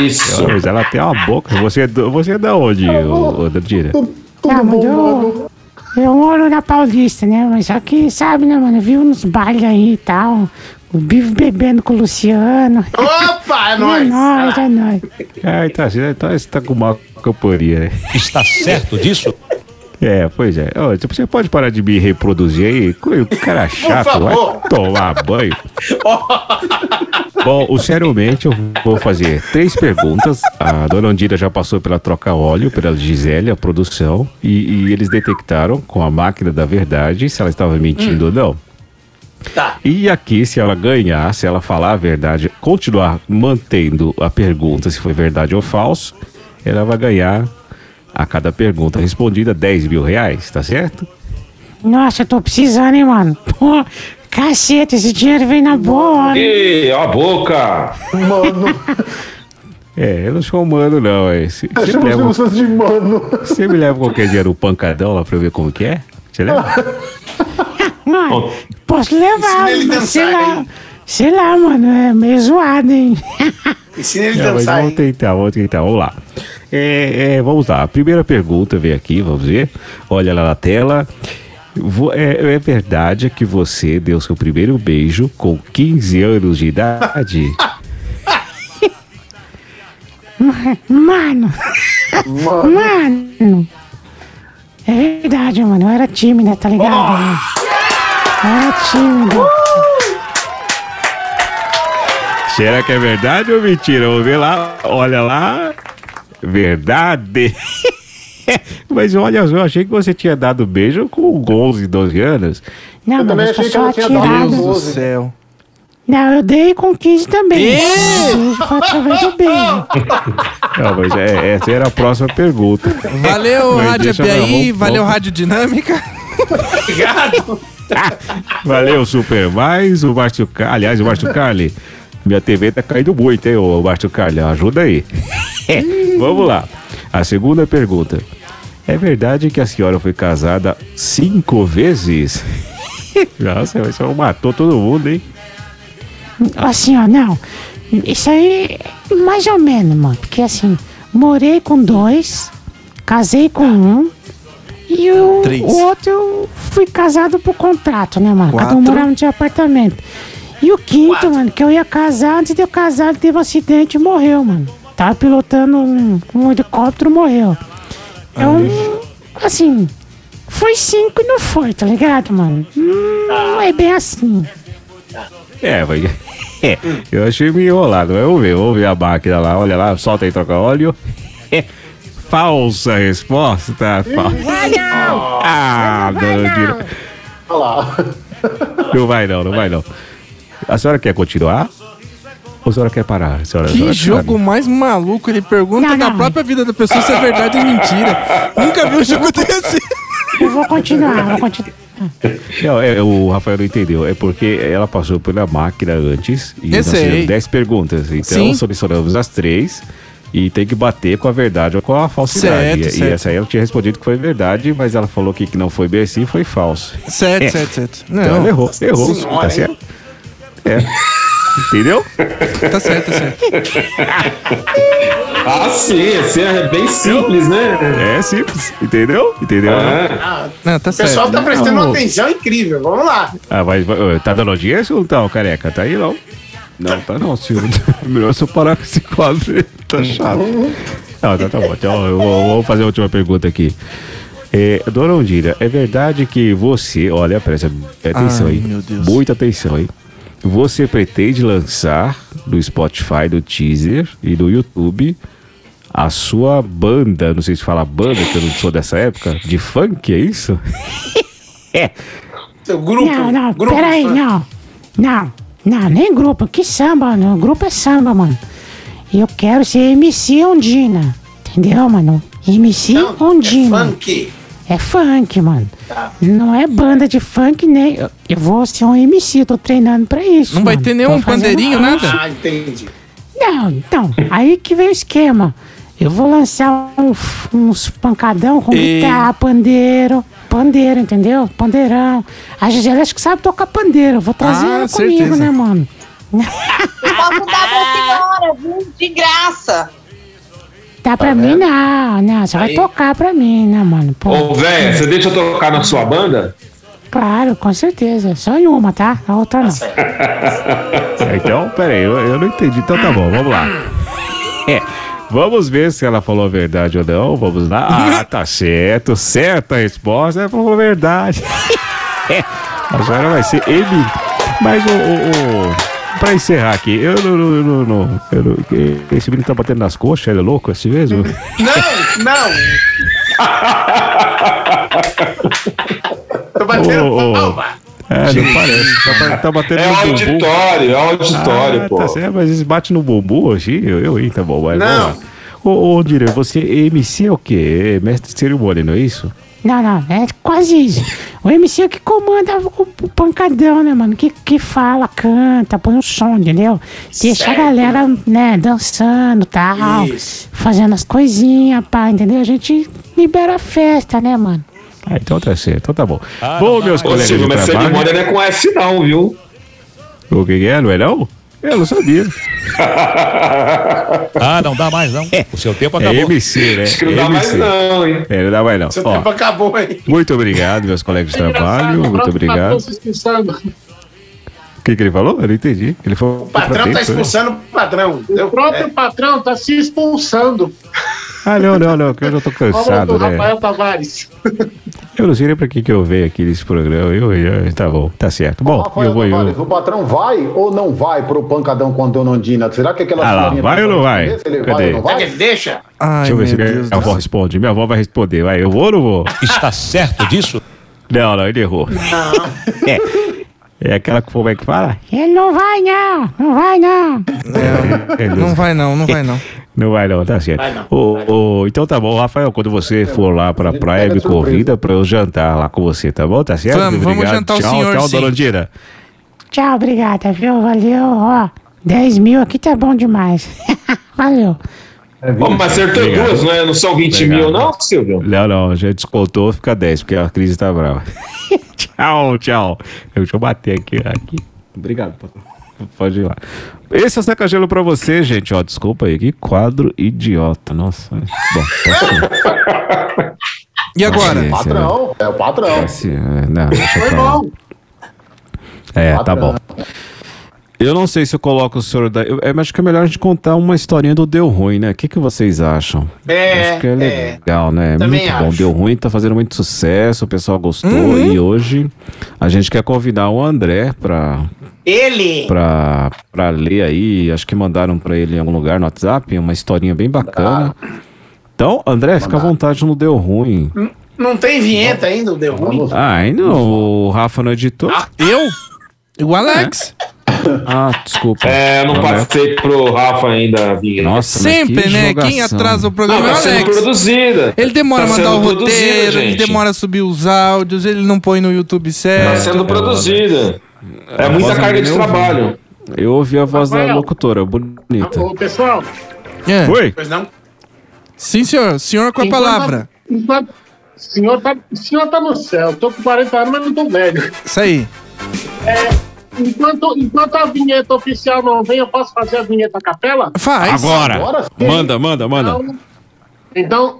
Speaker 2: isso?
Speaker 4: É, Mas ela tem uma boca. Você, é do- você é da onde, ô, ô Dandira?
Speaker 10: Não,
Speaker 5: Tá
Speaker 10: mas eu, eu moro na Paulista, né? Mas só que, sabe, né, mano? Viu nos bailes aí e tal. O Bivo bebendo com o Luciano.
Speaker 7: Opa,
Speaker 10: é nóis! É nóis, é nóis.
Speaker 4: Ah, tá, você tá, você tá com uma camporia, né?
Speaker 15: Está certo disso?
Speaker 4: É, pois é. Ô, tipo, você pode parar de me reproduzir aí? Co- Cara é chato, vai
Speaker 7: favor.
Speaker 4: tomar banho. Bom, o seriamente eu vou fazer três perguntas. A dona Ondira já passou pela troca óleo, pela Gisele, a produção, e, e eles detectaram com a máquina da verdade se ela estava mentindo ou não.
Speaker 7: Tá.
Speaker 4: E aqui, se ela ganhar, se ela falar a verdade, continuar mantendo a pergunta se foi verdade ou falso, ela vai ganhar a cada pergunta respondida 10 mil reais, tá certo?
Speaker 10: Nossa, eu tô precisando, hein, mano? Pô, caceta, esse dinheiro vem na boa, né?
Speaker 2: Ei, ó a boca!
Speaker 3: Mano,
Speaker 4: É, eu não sou humano, não. É. Você
Speaker 3: eu
Speaker 4: me,
Speaker 3: chamo
Speaker 4: leva,
Speaker 3: as pessoas de mano.
Speaker 4: você me leva qualquer dia no pancadão lá pra eu ver como que é? Você leva?
Speaker 10: Mano, posso levar,
Speaker 7: Ensina ele
Speaker 10: mas sei
Speaker 7: dançar,
Speaker 10: lá. Sei lá, mano, é meio zoado, hein?
Speaker 7: Ensina ele
Speaker 4: É, mas
Speaker 7: dançar.
Speaker 4: vamos tentar, vamos tentar, vamos lá. É, é, vamos lá, a primeira pergunta vem aqui, vamos ver. Olha lá na tela. Vo- É, é verdade que você deu seu primeiro beijo com 15 anos de idade?
Speaker 10: Ma- Mano. Mano. É verdade, mano. Eu era tímida, tá ligado? Eu era tímida.
Speaker 4: Será que é verdade ou mentira? Vamos ver lá, olha lá. Verdade. Mas olha só, achei que você tinha dado beijo com 11, 12 anos.
Speaker 10: Não, mano, eu sou só
Speaker 9: Deus do
Speaker 10: atirada.
Speaker 9: céu.
Speaker 10: Não, eu dei com 15 também. O
Speaker 9: Ih!
Speaker 10: beijo foi através do beijo.
Speaker 4: Não, mas é- essa era a próxima pergunta.
Speaker 9: Valeu,
Speaker 4: Mas
Speaker 9: Rádio
Speaker 4: deixa eu-
Speaker 9: API,
Speaker 4: vamos-
Speaker 9: valeu,
Speaker 4: vamos-
Speaker 9: Rádio Dinâmica.
Speaker 7: Obrigado.
Speaker 4: Valeu, Super Mais. O Márcio Car... Aliás, o Márcio Carli, minha TV tá caindo muito, hein, ô Márcio Carli? Ajuda aí. Vamos lá. A segunda pergunta. É verdade que a senhora foi casada cinco vezes? Nossa, mas só matou todo mundo, hein?
Speaker 10: Assim, ó, não. Isso aí, mais ou menos, mano. Porque assim, morei com dois, casei com um, e o,
Speaker 9: Três.
Speaker 10: o outro eu fui casado por contrato, né, mano? Cada um
Speaker 9: Quatro.
Speaker 10: morava no seu apartamento. E o quinto, mano, que eu ia casar, antes de eu casar, ele teve um acidente e morreu, mano. Tava pilotando um, um helicóptero morreu. Então, assim, foi cinco e não foi, tá ligado, mano? Hum, Não é bem assim.
Speaker 4: É, mas... é, eu achei meio enrolado. mas Vamos ver, vamos ver a máquina lá. Olha lá, solta aí, troca óleo. Falsa resposta. Falsa. Ah, Dandira.
Speaker 3: Olha lá.
Speaker 4: Não vai não, não vai não. A senhora quer continuar? Ou a senhora quer parar? A senhora, a
Speaker 9: Que
Speaker 4: senhora
Speaker 9: jogo mais maluco. Ele pergunta
Speaker 10: Não,
Speaker 9: da
Speaker 10: não.
Speaker 9: própria vida da pessoa se é verdade ou mentira. Nunca vi um jogo desse.
Speaker 10: Eu vou continuar, vou continuar.
Speaker 4: sabe? Não, é, o Rafael não entendeu. É porque ela passou pela máquina antes e
Speaker 9: Eu
Speaker 4: nós
Speaker 9: sei.
Speaker 4: fizemos 10 perguntas. Então
Speaker 9: Sim.
Speaker 4: selecionamos as três e tem que bater com a verdade ou com a falsidade.
Speaker 9: Certo,
Speaker 4: e, e
Speaker 9: certo.
Speaker 4: essa aí ela tinha respondido que foi verdade, mas ela falou que, que não foi bem assim foi falso.
Speaker 9: Certo,
Speaker 4: É.
Speaker 9: certo, certo.
Speaker 4: Então ela
Speaker 9: Não,
Speaker 4: errou, errou.
Speaker 7: Senhora,
Speaker 4: tá
Speaker 7: hein?
Speaker 4: certo? É. Entendeu?
Speaker 9: tá certo, tá certo.
Speaker 2: Ah, sim, assim é bem simples, né?
Speaker 4: É simples. Entendeu? Entendeu?
Speaker 2: É.
Speaker 7: Ah,
Speaker 9: Não, tá
Speaker 7: o pessoal
Speaker 9: certo.
Speaker 7: tá prestando
Speaker 4: né? Não.
Speaker 7: uma atenção incrível. Vamos lá.
Speaker 4: Ah, mas vai- tá dando audiência ou não tá, ô careca? Tá aí não? Não, tá não, senhor. Melhor se eu parar com esse quadro, tá chato. Não, tá, tá bom. Então eu vou, vou fazer a última pergunta aqui. É, Dona Ondira, é verdade que você, olha, presta atenção
Speaker 9: Ai,
Speaker 4: aí.
Speaker 9: meu Deus.
Speaker 4: Muita atenção aí. Você pretende lançar no Spotify, no Teaser e no YouTube a sua banda, não sei se fala banda, que eu não sou dessa época, de funk, é isso?
Speaker 7: Seu grupo.
Speaker 10: Não, não,
Speaker 7: grupo
Speaker 10: peraí,
Speaker 7: fã.
Speaker 10: não. Não, não, nem grupo. Que samba, mano. Grupo é samba, mano. E eu quero ser MC Ondina. Entendeu, mano? MC
Speaker 7: Não, É
Speaker 10: Ondina.
Speaker 7: funk. Tá.
Speaker 10: É funk, mano. Não é banda de funk, nem. Eu, eu vou ser um MC, eu tô treinando pra isso.
Speaker 9: Não vai
Speaker 10: mano.
Speaker 9: ter
Speaker 10: Tô
Speaker 9: nenhum
Speaker 10: fazendo
Speaker 9: pandeirinho,
Speaker 10: curso.
Speaker 9: nada?
Speaker 7: Ah, entendi.
Speaker 10: Não, então, aí que vem o esquema. Eu vou lançar um f- uns pancadão com
Speaker 9: E-
Speaker 10: guitarra, pandeiro. Pandeiro, entendeu? Pandeirão. A Gisele acho que sabe tocar pandeiro. Eu Vou trazer
Speaker 9: Ah,
Speaker 10: ela comigo,
Speaker 9: certeza.
Speaker 10: né, mano?
Speaker 6: Eu posso dar pra senhora, viu? De graça.
Speaker 10: Dá
Speaker 9: Tá
Speaker 10: pra mim, não. Não, você vai
Speaker 8: Aí.
Speaker 10: tocar pra mim, né, mano? Pô,
Speaker 8: Ô, véia, você deixa eu tocar na sua banda?
Speaker 10: Claro, com certeza. Só em uma, tá? A outra
Speaker 9: Assim,
Speaker 10: não.
Speaker 4: Então, peraí, eu, eu não entendi. Então tá bom, vamos lá. É, vamos ver se ela falou a verdade ou não. Vamos lá. Ah, tá certo. Certa a resposta. Ela falou a verdade. É, a senhora vai ser ele. Mas o. o, o- Pra encerrar aqui, eu não. não- não- não- eu não- que- esse menino tá batendo nas coxas, ele é louco, é assim mesmo?
Speaker 7: Não, não. Tô batendo
Speaker 4: Ô, ô, ô.
Speaker 7: palma.
Speaker 4: É, não parece. Tá, ba- tá batendo
Speaker 8: É
Speaker 4: no bumbum.
Speaker 8: auditório, é auditório,
Speaker 4: Ah,
Speaker 8: pô.
Speaker 4: Tá certo, mas eles batem no bumbum assim, eu, eu hein, tá bom, mas
Speaker 8: Não.
Speaker 4: vamos lá. Ô, ô Dirê, você é MC é o quê? É mestre de cerimônia, não é isso?
Speaker 10: Não, não, é quase isso. O MC é o que comanda o, o pancadão, né, mano? Que, que fala, canta, põe o som, entendeu? Deixa
Speaker 2: Certo.
Speaker 10: a galera, né, dançando e tal,
Speaker 2: Isso.
Speaker 10: fazendo as coisinhas, pá, entendeu? A gente libera a festa, né, mano?
Speaker 4: Ah, então tá certo, então tá bom. bom, meus
Speaker 8: Ô,
Speaker 4: colegas
Speaker 8: Silvio,
Speaker 4: de
Speaker 8: mas
Speaker 4: trabalho...
Speaker 8: cerimônia não é com S não, viu?
Speaker 4: O que que é, não é não? Eu não sabia.
Speaker 3: tá.
Speaker 16: Ah, não dá mais, não. O seu tempo acabou.
Speaker 4: É MC, né?
Speaker 16: Acho que não dá mais
Speaker 4: MC.
Speaker 16: não, hein?
Speaker 4: É, não dá mais não.
Speaker 3: tá
Speaker 16: Seu
Speaker 4: Ó,
Speaker 16: tempo
Speaker 7: acabou, hein?
Speaker 4: muito obrigado, meus colegas de trabalho, muito obrigado. O que que ele falou? Eu não entendi. Ele falou né?
Speaker 7: O patrão tá expulsando o patrão. É,
Speaker 3: O próprio patrão tá se expulsando.
Speaker 4: Ah, não, não, não, que eu já tô
Speaker 3: Obra do
Speaker 4: cansado, né?
Speaker 3: Rafael Tavares.
Speaker 4: Eu não sei nem pra que, que eu veio aqui nesse programa. Eu, eu- tá bom, tá certo. Bom, eu vou. Eu...
Speaker 5: Tavares, o patrão vai ou não vai pro pancadão com a dona Ondina? Será que aquela
Speaker 4: Ah lá,
Speaker 5: senhorinha
Speaker 4: vai
Speaker 5: não
Speaker 4: ou não vai?
Speaker 5: saber se ele
Speaker 4: Cadê?
Speaker 5: vai ou não vai?
Speaker 7: Deixa.
Speaker 4: Deixa eu ver se minha avó responde. Minha avó vai responder. Vai, eu vou ou não vou? Está certo disso? Não, não, ele errou. É, é aquela que como é que fala?
Speaker 10: Ele não vai, não, não vai, não.
Speaker 4: não vai não, não vai não. Não vai não, tá certo. Ô, ô, então tá bom, Rafael, quando você for lá pra praia, me convida pra eu jantar lá com você, tá bom? Tá certo?
Speaker 9: Vamos, vamos jantar o
Speaker 4: tchau,
Speaker 9: senhor,
Speaker 4: Tchau,
Speaker 9: sim.
Speaker 4: dona Andira.
Speaker 10: Tchau, obrigada, viu? Valeu, ó. 10 mil aqui tá bom demais. Valeu.
Speaker 8: Ô, mas acertou
Speaker 4: Obrigado.
Speaker 8: duas, não é? Não são 20 mil, não, Silvio?
Speaker 4: Não, não, já descontou, fica 10, porque a crise tá brava. tchau, tchau. Eu- Deixa eu bater aqui. aqui. Obrigado, patrão. Pode ir lá. Esse é o Seca Gelo pra você, gente. Ó, desculpa aí, que quadro idiota. Nossa. Bom,
Speaker 9: E
Speaker 4: agora?
Speaker 5: Patrão, é o patrão.
Speaker 4: Esse, né? é, não, deixa
Speaker 5: Foi
Speaker 4: pra lá.
Speaker 5: bom.
Speaker 4: É, tá bom. Eu não sei se eu coloco o senhor da. Eu, eu acho que é melhor a gente contar uma historinha do Deu Ruim, né? O que, que vocês acham?
Speaker 7: É,
Speaker 4: acho que é legal, né?
Speaker 7: Também
Speaker 4: muito bom.
Speaker 7: acho.
Speaker 4: Deu ruim, tá fazendo muito sucesso, o pessoal gostou. E hoje a gente quer convidar o André pra,
Speaker 7: Ele.
Speaker 4: pra, pra ler aí. Acho que mandaram pra ele em algum lugar no WhatsApp, uma historinha bem bacana. Então, André, fica à vontade no Deu Ruim.
Speaker 7: Não tem vinheta ainda, deu ruim.
Speaker 4: Ah, ainda o Rafa não editou. Eu?
Speaker 9: O Alex?
Speaker 4: Ah, desculpa.
Speaker 8: É, eu não
Speaker 4: Alex.
Speaker 8: passei pro Rafa ainda a vinheta.
Speaker 4: Nossa,
Speaker 9: Sempre, né? Quem atrasa o programa
Speaker 8: não,
Speaker 9: é o
Speaker 8: tá sendo
Speaker 9: Alex.
Speaker 8: produzida.
Speaker 9: Ele demora a
Speaker 8: Tá
Speaker 9: mandar o
Speaker 8: sendo produzida,
Speaker 9: roteiro, ele
Speaker 8: gente.
Speaker 9: demora a subir os áudios, ele não põe no YouTube certo.
Speaker 8: Tá sendo produzida. É
Speaker 4: A
Speaker 8: muita
Speaker 4: voz da
Speaker 8: carga
Speaker 4: menina
Speaker 8: de
Speaker 4: eu ouvi.
Speaker 8: trabalho.
Speaker 4: Eu ouvi a voz da
Speaker 3: Rafael.
Speaker 4: locutora, bonita.
Speaker 3: Ô, pessoal.
Speaker 4: Oi?
Speaker 7: Pois não?
Speaker 9: Sim, senhor. Senhor com a
Speaker 3: enquanto-
Speaker 9: palavra.
Speaker 3: enquanto- senhor tá, senhor tá no céu. Tô com 40 anos, mas não tô velho.
Speaker 9: Isso aí.
Speaker 3: É, enquanto, enquanto a vinheta oficial não vem, eu posso fazer a vinheta a capela?
Speaker 9: Faz.
Speaker 4: Agora.
Speaker 3: É sim.
Speaker 4: Manda, manda, manda.
Speaker 3: Então, então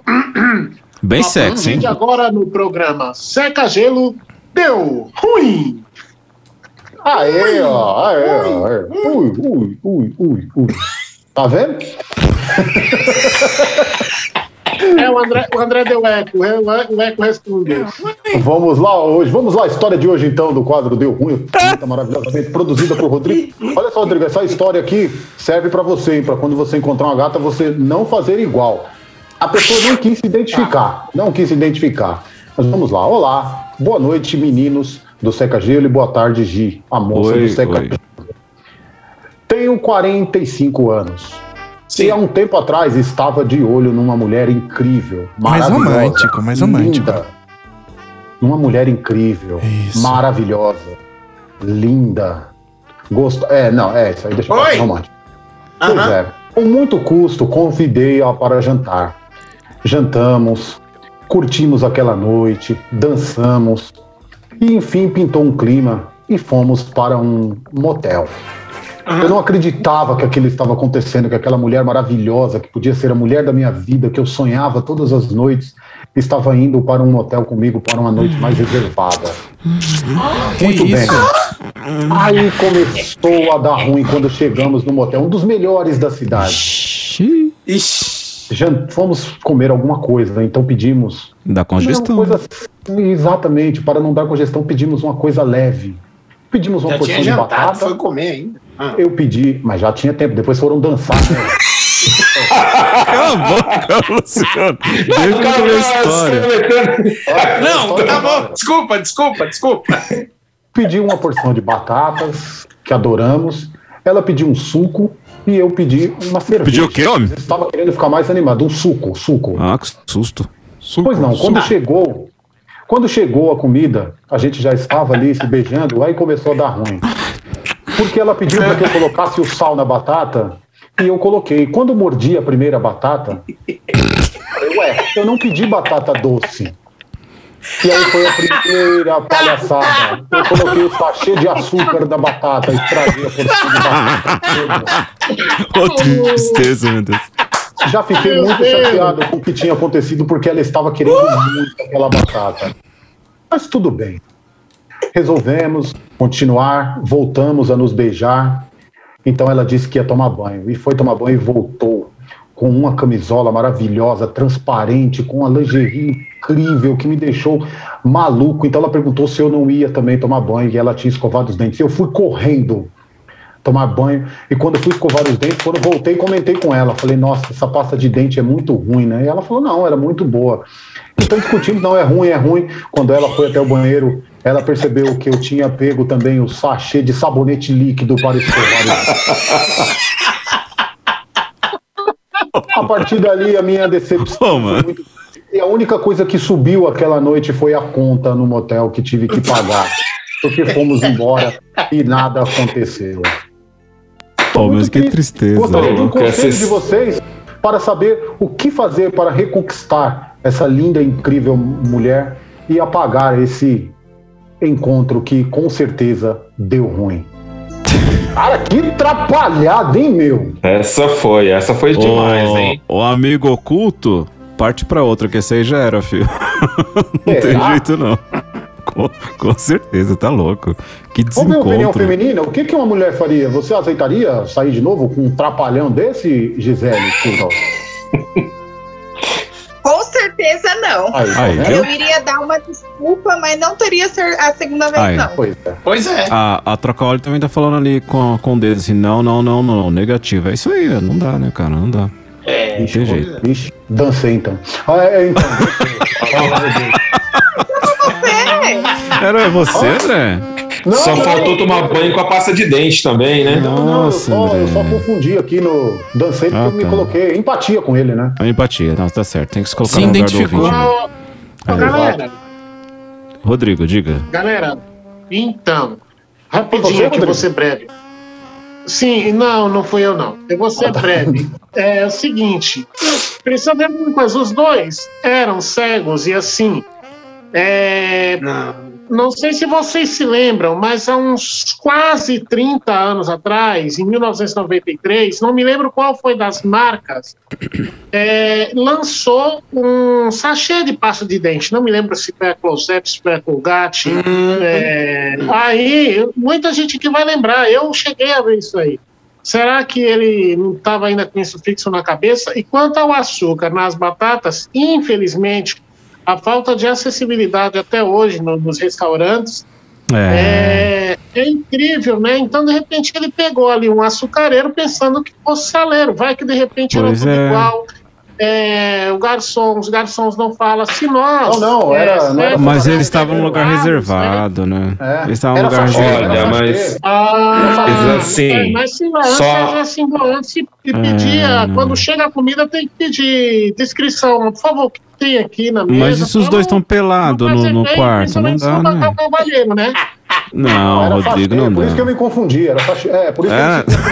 Speaker 4: Bem
Speaker 3: a partir
Speaker 4: sexy, hein?
Speaker 3: de agora no programa Seca Gelo, deu ruim.
Speaker 5: Aê, ó, aê, ó, aê. Ui, ui, ui, ui, ui. Tá vendo?
Speaker 3: É, o André, o André deu eco, é, o eco- o eco respondeu.
Speaker 5: Vamos lá hoje, vamos lá, a história de hoje então do quadro Deu Ruim, muito maravilhosamente produzida por Rodrigo. Olha só, Rodrigo, essa história aqui serve pra você, hein? Pra quando você encontrar uma gata, você não fazer igual. A pessoa não quis se identificar, não quis se identificar. Mas vamos lá, olá, boa noite meninos do Seca Gelo e boa tarde Gi, a moça
Speaker 4: Oi,
Speaker 5: do Seca
Speaker 4: oi.
Speaker 5: Gelo. Tenho 45 anos.
Speaker 7: é
Speaker 5: E há um tempo atrás estava de olho numa mulher incrível,
Speaker 9: Mais
Speaker 5: maravilhosa,
Speaker 9: romântico, mais romântico.
Speaker 5: linda. Uma mulher incrível, maravilhosa, linda. Gosto. É, não, é isso aí, deixa eu
Speaker 7: Oi?
Speaker 5: falar romântico. Pois
Speaker 7: Aham.
Speaker 5: é. Com muito custo, convidei-a para jantar. Jantamos, curtimos aquela noite, dançamos e enfim pintou um clima e fomos para um motel. Eu não acreditava que aquilo estava acontecendo, que aquela mulher maravilhosa, que podia ser a mulher da minha vida, que eu sonhava todas as noites, estava indo para um motel comigo para uma noite mais reservada. Muito bem. Aí começou a dar ruim quando chegamos no motel, um dos melhores da cidade. Já fomos comer alguma coisa, então pedimos.
Speaker 4: Da congestão.
Speaker 5: Uma coisa- assim, exatamente, para não dar congestão, pedimos uma coisa leve. Pedimos uma
Speaker 7: Já
Speaker 5: porção
Speaker 7: tinha
Speaker 5: de batata.
Speaker 7: jantado, foi comer ainda.
Speaker 5: Eu pedi, mas já tinha tempo, depois foram dançar. né?
Speaker 4: Cala a boca, Luciano.
Speaker 7: Deixa eu ver a história. Não, tá bom.
Speaker 5: Desculpa, desculpa, desculpa. Pedi uma porção de batatas, que adoramos. Ela pediu um suco e eu pedi uma cerveja.
Speaker 4: Pediu o quê, homem?
Speaker 5: Eu estava querendo ficar mais animado. Um suco, suco.
Speaker 4: Ah, que susto.
Speaker 5: pois não, quando
Speaker 4: um suco.
Speaker 5: chegou. Quando chegou a comida, a gente já estava ali se beijando, aí começou a dar ruim. Porque ela pediu para que eu colocasse o sal na batata e eu coloquei. Quando eu mordi a primeira batata, eu, ué, eu não pedi batata doce. E aí foi a primeira palhaçada. Eu coloquei o sachê de açúcar da batata, estraguei a porção de batata.
Speaker 4: Ô, tristeza, meu Deus.
Speaker 5: Já fiquei
Speaker 4: Meu
Speaker 5: muito
Speaker 4: Deus. Uh!
Speaker 5: chateado com o que tinha acontecido porque ela estava querendo muito aquela batata. Mas tudo bem. Resolvemos continuar, voltamos a nos beijar. Então ela disse que ia tomar banho e foi tomar banho e voltou com uma camisola maravilhosa, transparente, com uma lingerie incrível que me deixou maluco. Então ela perguntou se eu não ia também tomar banho e ela tinha escovado os dentes. Eu fui correndo tomar banho. E quando eu fui escovar os dentes, quando eu voltei, comentei com ela. Falei, nossa, essa pasta de dente é muito ruim, né? E ela falou, não, era muito boa. Então discutimos, não, é ruim, é ruim. Quando ela foi até o banheiro, ela percebeu que eu tinha pego também o sachê de sabonete líquido para escovar os dentes. A partir dali, a minha decepção. foi muito- E a única coisa que subiu aquela noite foi a conta no motel que tive que pagar. Porque fomos embora e nada aconteceu.
Speaker 4: Pô, mas que tristeza.
Speaker 5: Gostaria de um conselho de vocês para saber o que fazer para reconquistar essa linda, incrível mulher e apagar esse encontro que com certeza deu ruim. Cara, que atrapalhado, hein, meu?
Speaker 8: Essa foi, essa foi demais, hein?
Speaker 4: O amigo oculto parte pra outra, que esse aí já era, filho. não tem
Speaker 5: Será?
Speaker 4: jeito, não. Com, com certeza, tá louco. Que
Speaker 5: Qual a minha opinião
Speaker 4: desencontro.
Speaker 5: feminina? O que, que uma mulher faria? Você aceitaria sair de novo com um trapalhão desse, Gisele? Curral?
Speaker 6: Com certeza não.
Speaker 5: Aí, tá Aí, vendo?
Speaker 6: eu
Speaker 5: viu?
Speaker 6: iria dar uma desculpa, mas não teria ser- a segunda vez,
Speaker 4: Aí.
Speaker 6: não.
Speaker 5: Pois é.
Speaker 7: Pois é.
Speaker 4: A, a Trocaoli também tá falando ali com, com o dedo assim, não, não, não, não, negativo. É isso aí, não dá, né, cara? Não dá.
Speaker 7: É,
Speaker 4: não tem jeito.
Speaker 5: Ixi, dancei então. Ah, é, então.
Speaker 6: É.
Speaker 4: Era você, André?
Speaker 5: Não,
Speaker 8: Só
Speaker 5: não.
Speaker 8: faltou tomar banho com a pasta de dente também, né?
Speaker 4: Nossa,
Speaker 5: Só- eu só
Speaker 4: André.
Speaker 5: confundi aqui no. Dancei porque
Speaker 4: Ah,
Speaker 5: eu me
Speaker 4: tá.
Speaker 5: coloquei. Empatia com ele, né?
Speaker 4: A empatia, não, tá certo. Tem que se colocar
Speaker 9: Se
Speaker 4: no lugar
Speaker 9: identificou.
Speaker 4: do ouvinte. né?
Speaker 3: Ô,
Speaker 4: Aí.
Speaker 3: galera,
Speaker 4: Rodrigo, diga.
Speaker 3: galera, então, rapidinho, que eu vou ser breve. Sim, não, não fui eu, não. Eu vou ser breve. É o seguinte, precisa ver uma coisa, os dois eram cegos e assim, é, não sei se vocês se lembram, mas há uns quase 30 anos atrás, em 1993, não me lembro qual foi das marcas, é, lançou um sachê de pasta de dente. Não me lembro se foi a Closep, se foi a Colgate. É, aí, muita gente que vai lembrar. Eu cheguei a ver isso aí. Será que ele não estava ainda com isso fixo na cabeça? E quanto ao açúcar nas batatas, infelizmente, a falta de acessibilidade até hoje no- nos restaurantes é, é incrível, né? Então, de repente, ele pegou ali um açucareiro pensando que fosse saleiro. Vai que de repente
Speaker 4: Pois
Speaker 3: era tudo
Speaker 4: é.
Speaker 3: igual. É, o garçom, os garçons não falam se nós.
Speaker 5: Não, não, era-
Speaker 3: é,
Speaker 5: não era
Speaker 3: né?
Speaker 4: Mas eles estavam num lugar reservado, né?
Speaker 5: É.
Speaker 4: Eles estavam num lugar reservado.
Speaker 8: Olha, mas.
Speaker 3: Ah,
Speaker 8: Mas assim,
Speaker 3: é, mas se lança,
Speaker 8: só-
Speaker 3: já se lança e e
Speaker 4: É,
Speaker 3: pedia. quando chega a comida, tem que pedir descrição. Por favor, o que tem aqui na mesa?
Speaker 4: Mas isso os dois estão pelados no, no quarto, não dá, né?
Speaker 3: Cavalheiro, né?
Speaker 4: Não,
Speaker 5: Era
Speaker 4: Rodrigo,
Speaker 5: faxina,
Speaker 4: não
Speaker 5: é,
Speaker 4: É.
Speaker 5: por É isso que eu
Speaker 4: dá.
Speaker 5: me confundi. Era faxina, é, por isso
Speaker 4: É.
Speaker 5: que eu me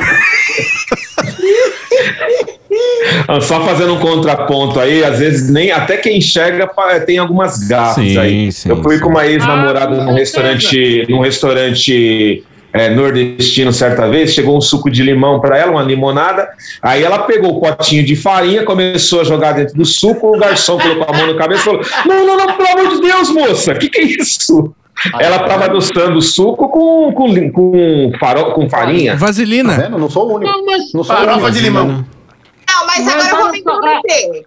Speaker 8: Ah, Só fazendo um contraponto aí, às vezes nem até quem enxerga pa- eh, tem algumas gafas
Speaker 17: Sim,
Speaker 8: aí.
Speaker 17: sim,
Speaker 8: Eu fui
Speaker 17: sim.
Speaker 8: com uma ex-namorada num restaurante, num restaurante é, nordestino certa vez, chegou um suco de limão para ela, uma limonada. Aí ela pegou o potinho de farinha, começou a jogar dentro do suco, o garçom colocou a mão no cabeça e falou: Não, não, não, pelo amor de Deus, moça, o que, que é isso? Ela estava adoçando o suco com, com, lim- com, farol, com farinha.
Speaker 9: Vaselina.
Speaker 5: Tá vendo? Não sou o único.
Speaker 3: Não, mas
Speaker 5: Não sou o
Speaker 8: Farofa
Speaker 5: único.
Speaker 8: de limão.
Speaker 6: Não, mas, agora eu vou me intrometer.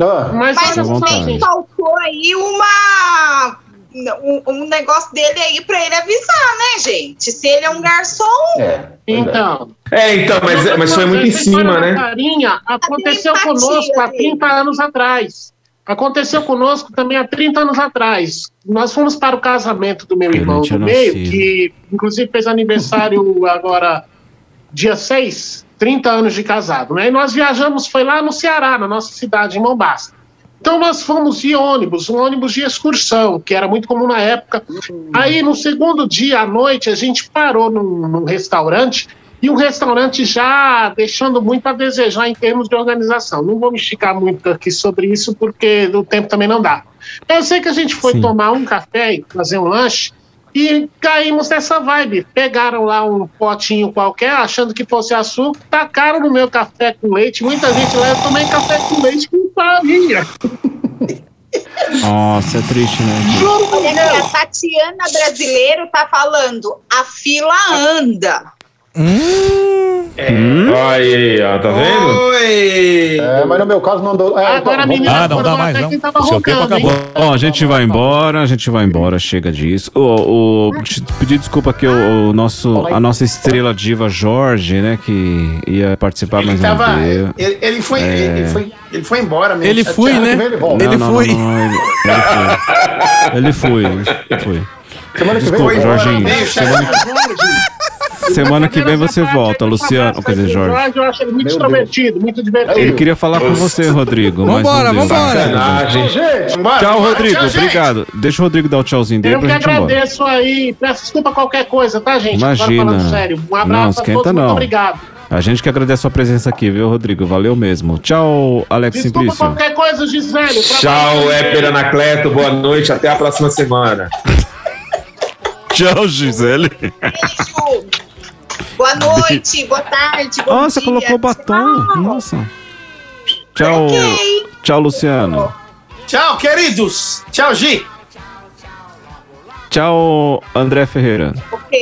Speaker 5: Ah,
Speaker 6: Mas,
Speaker 5: Fica à
Speaker 6: alguém
Speaker 5: vontade.
Speaker 6: faltou aí uma. Um, um negócio dele aí pra ele avisar, né, gente? Se ele é um garçom.
Speaker 3: Então.
Speaker 8: É, então, mas, mas foi muito em
Speaker 3: Essa história
Speaker 8: cima,
Speaker 3: da
Speaker 8: né?
Speaker 3: Carinha aconteceu conosco há 30 anos atrás. Aconteceu conosco também há 30 anos atrás. Nós fomos para o casamento do meu irmão
Speaker 4: tinha
Speaker 3: do meio,
Speaker 4: nascido.
Speaker 3: que inclusive fez aniversário agora dia 6, 30 anos de casado. Né? E nós viajamos, foi lá no Ceará, na nossa cidade, em Mombasa. Então nós fomos de ônibus, um ônibus de excursão, que era muito comum na época. Aí no segundo dia à noite a gente parou num, num restaurante e o restaurante já deixando muito a desejar em termos de organização. Não vou me esticar muito aqui sobre isso porque o tempo também não dá. Eu sei que a gente foi tomar um café e fazer um lanche e caímos nessa vibe. Pegaram lá um potinho qualquer, achando que fosse açúcar, tacaram no meu café com leite. Muita gente lá, eu tomei café com leite com farinha.
Speaker 4: Nossa, é triste, né?
Speaker 6: Olha aqui, a Tatiana brasileiro tá falando, a fila anda.
Speaker 8: Olha aí, ó, tá vendo?
Speaker 5: É, mas no meu caso não andou. É,
Speaker 3: Agora a menina
Speaker 4: Ah, não
Speaker 3: foram
Speaker 4: dá
Speaker 3: até
Speaker 4: mais, não.
Speaker 3: quem tava né?
Speaker 4: O seu
Speaker 3: roncando, hein?
Speaker 4: Ó, a gente vai embora, a gente vai embora, chega disso. Ô, ô, te- pedir desculpa aqui o, o nosso, a nossa estrela diva Jorge, né, que ia participar, mas não
Speaker 7: Tava,
Speaker 4: deu.
Speaker 7: ele, ele foi,
Speaker 4: É.
Speaker 7: ele, foi, ele foi embora mesmo.
Speaker 3: É
Speaker 4: Ele foi,
Speaker 7: Semana
Speaker 4: né?
Speaker 7: que vem Ele, volta.
Speaker 4: Não, não, não, não, ele, ele foi. Ele foi, ele foi.
Speaker 5: Semana que vem
Speaker 4: Desculpa,
Speaker 7: tá
Speaker 5: ele volta.
Speaker 4: Jorginho.
Speaker 3: né?
Speaker 4: Semana, semana que vem você volta, Luciano. Quer dizer, Jorge.
Speaker 3: Jorge, eu acho ele muito extrovertido, muito divertido.
Speaker 4: Ele queria falar com você, Rodrigo. mas não
Speaker 3: Vambora,
Speaker 4: deu.
Speaker 3: vambora.
Speaker 8: Sacanagem.
Speaker 3: Gente, vambora.
Speaker 4: Tchau, Rodrigo.
Speaker 3: Tchau, gente.
Speaker 4: Obrigado. Deixa o Rodrigo dar o tchauzinho dele
Speaker 3: Eu que
Speaker 4: pra gente ir embora.
Speaker 3: agradeço aí. Peço desculpa qualquer coisa, tá, gente?
Speaker 4: Imagina.
Speaker 3: Agora falando sério. Um abraço
Speaker 4: Não,
Speaker 3: a
Speaker 4: esquenta
Speaker 3: todos.
Speaker 4: não.
Speaker 3: Muito obrigado.
Speaker 4: A gente que agradece a sua presença aqui, viu, Rodrigo? Valeu mesmo. Tchau, Alex
Speaker 3: Desculpa
Speaker 4: Simplício.
Speaker 3: qualquer coisa, Gisele.
Speaker 8: Tchau, Éper Anacleto, boa noite, até a próxima semana.
Speaker 4: Tchau, Gisele.
Speaker 6: Boa noite, boa tarde, bom dia.
Speaker 4: Nossa, Ah,
Speaker 6: Ah,
Speaker 4: colocou batom. é Nossa. Tchau.
Speaker 7: Ok.
Speaker 4: Tchau, Luciano.
Speaker 7: Tchau, queridos. Tchau, Gi.
Speaker 4: Tchau, André Ferreira.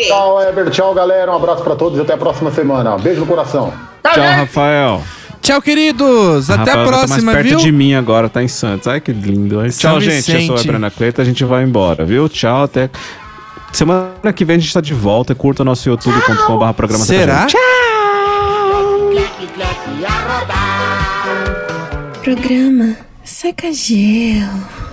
Speaker 5: Tchau, Eber. Tchau, galera. Um abraço pra todos e até a próxima semana. Beijo no coração.
Speaker 4: Tchau, Rafael.
Speaker 9: Tchau, queridos. Até
Speaker 4: Rafael
Speaker 9: a
Speaker 4: tá
Speaker 9: próxima,
Speaker 4: mais perto
Speaker 9: viu?
Speaker 4: de mim agora, tá em Santos. Ai, que lindo. hein?
Speaker 9: São
Speaker 4: Tchau, gente. Eu sou a
Speaker 9: Vicente.
Speaker 4: Brana Cleita. A gente vai embora, viu? Tchau, até... Semana que vem a gente tá de volta. Curta o nosso youtube.com.br programa
Speaker 9: Será?
Speaker 4: Tchau.
Speaker 2: Programa Saca Gelo.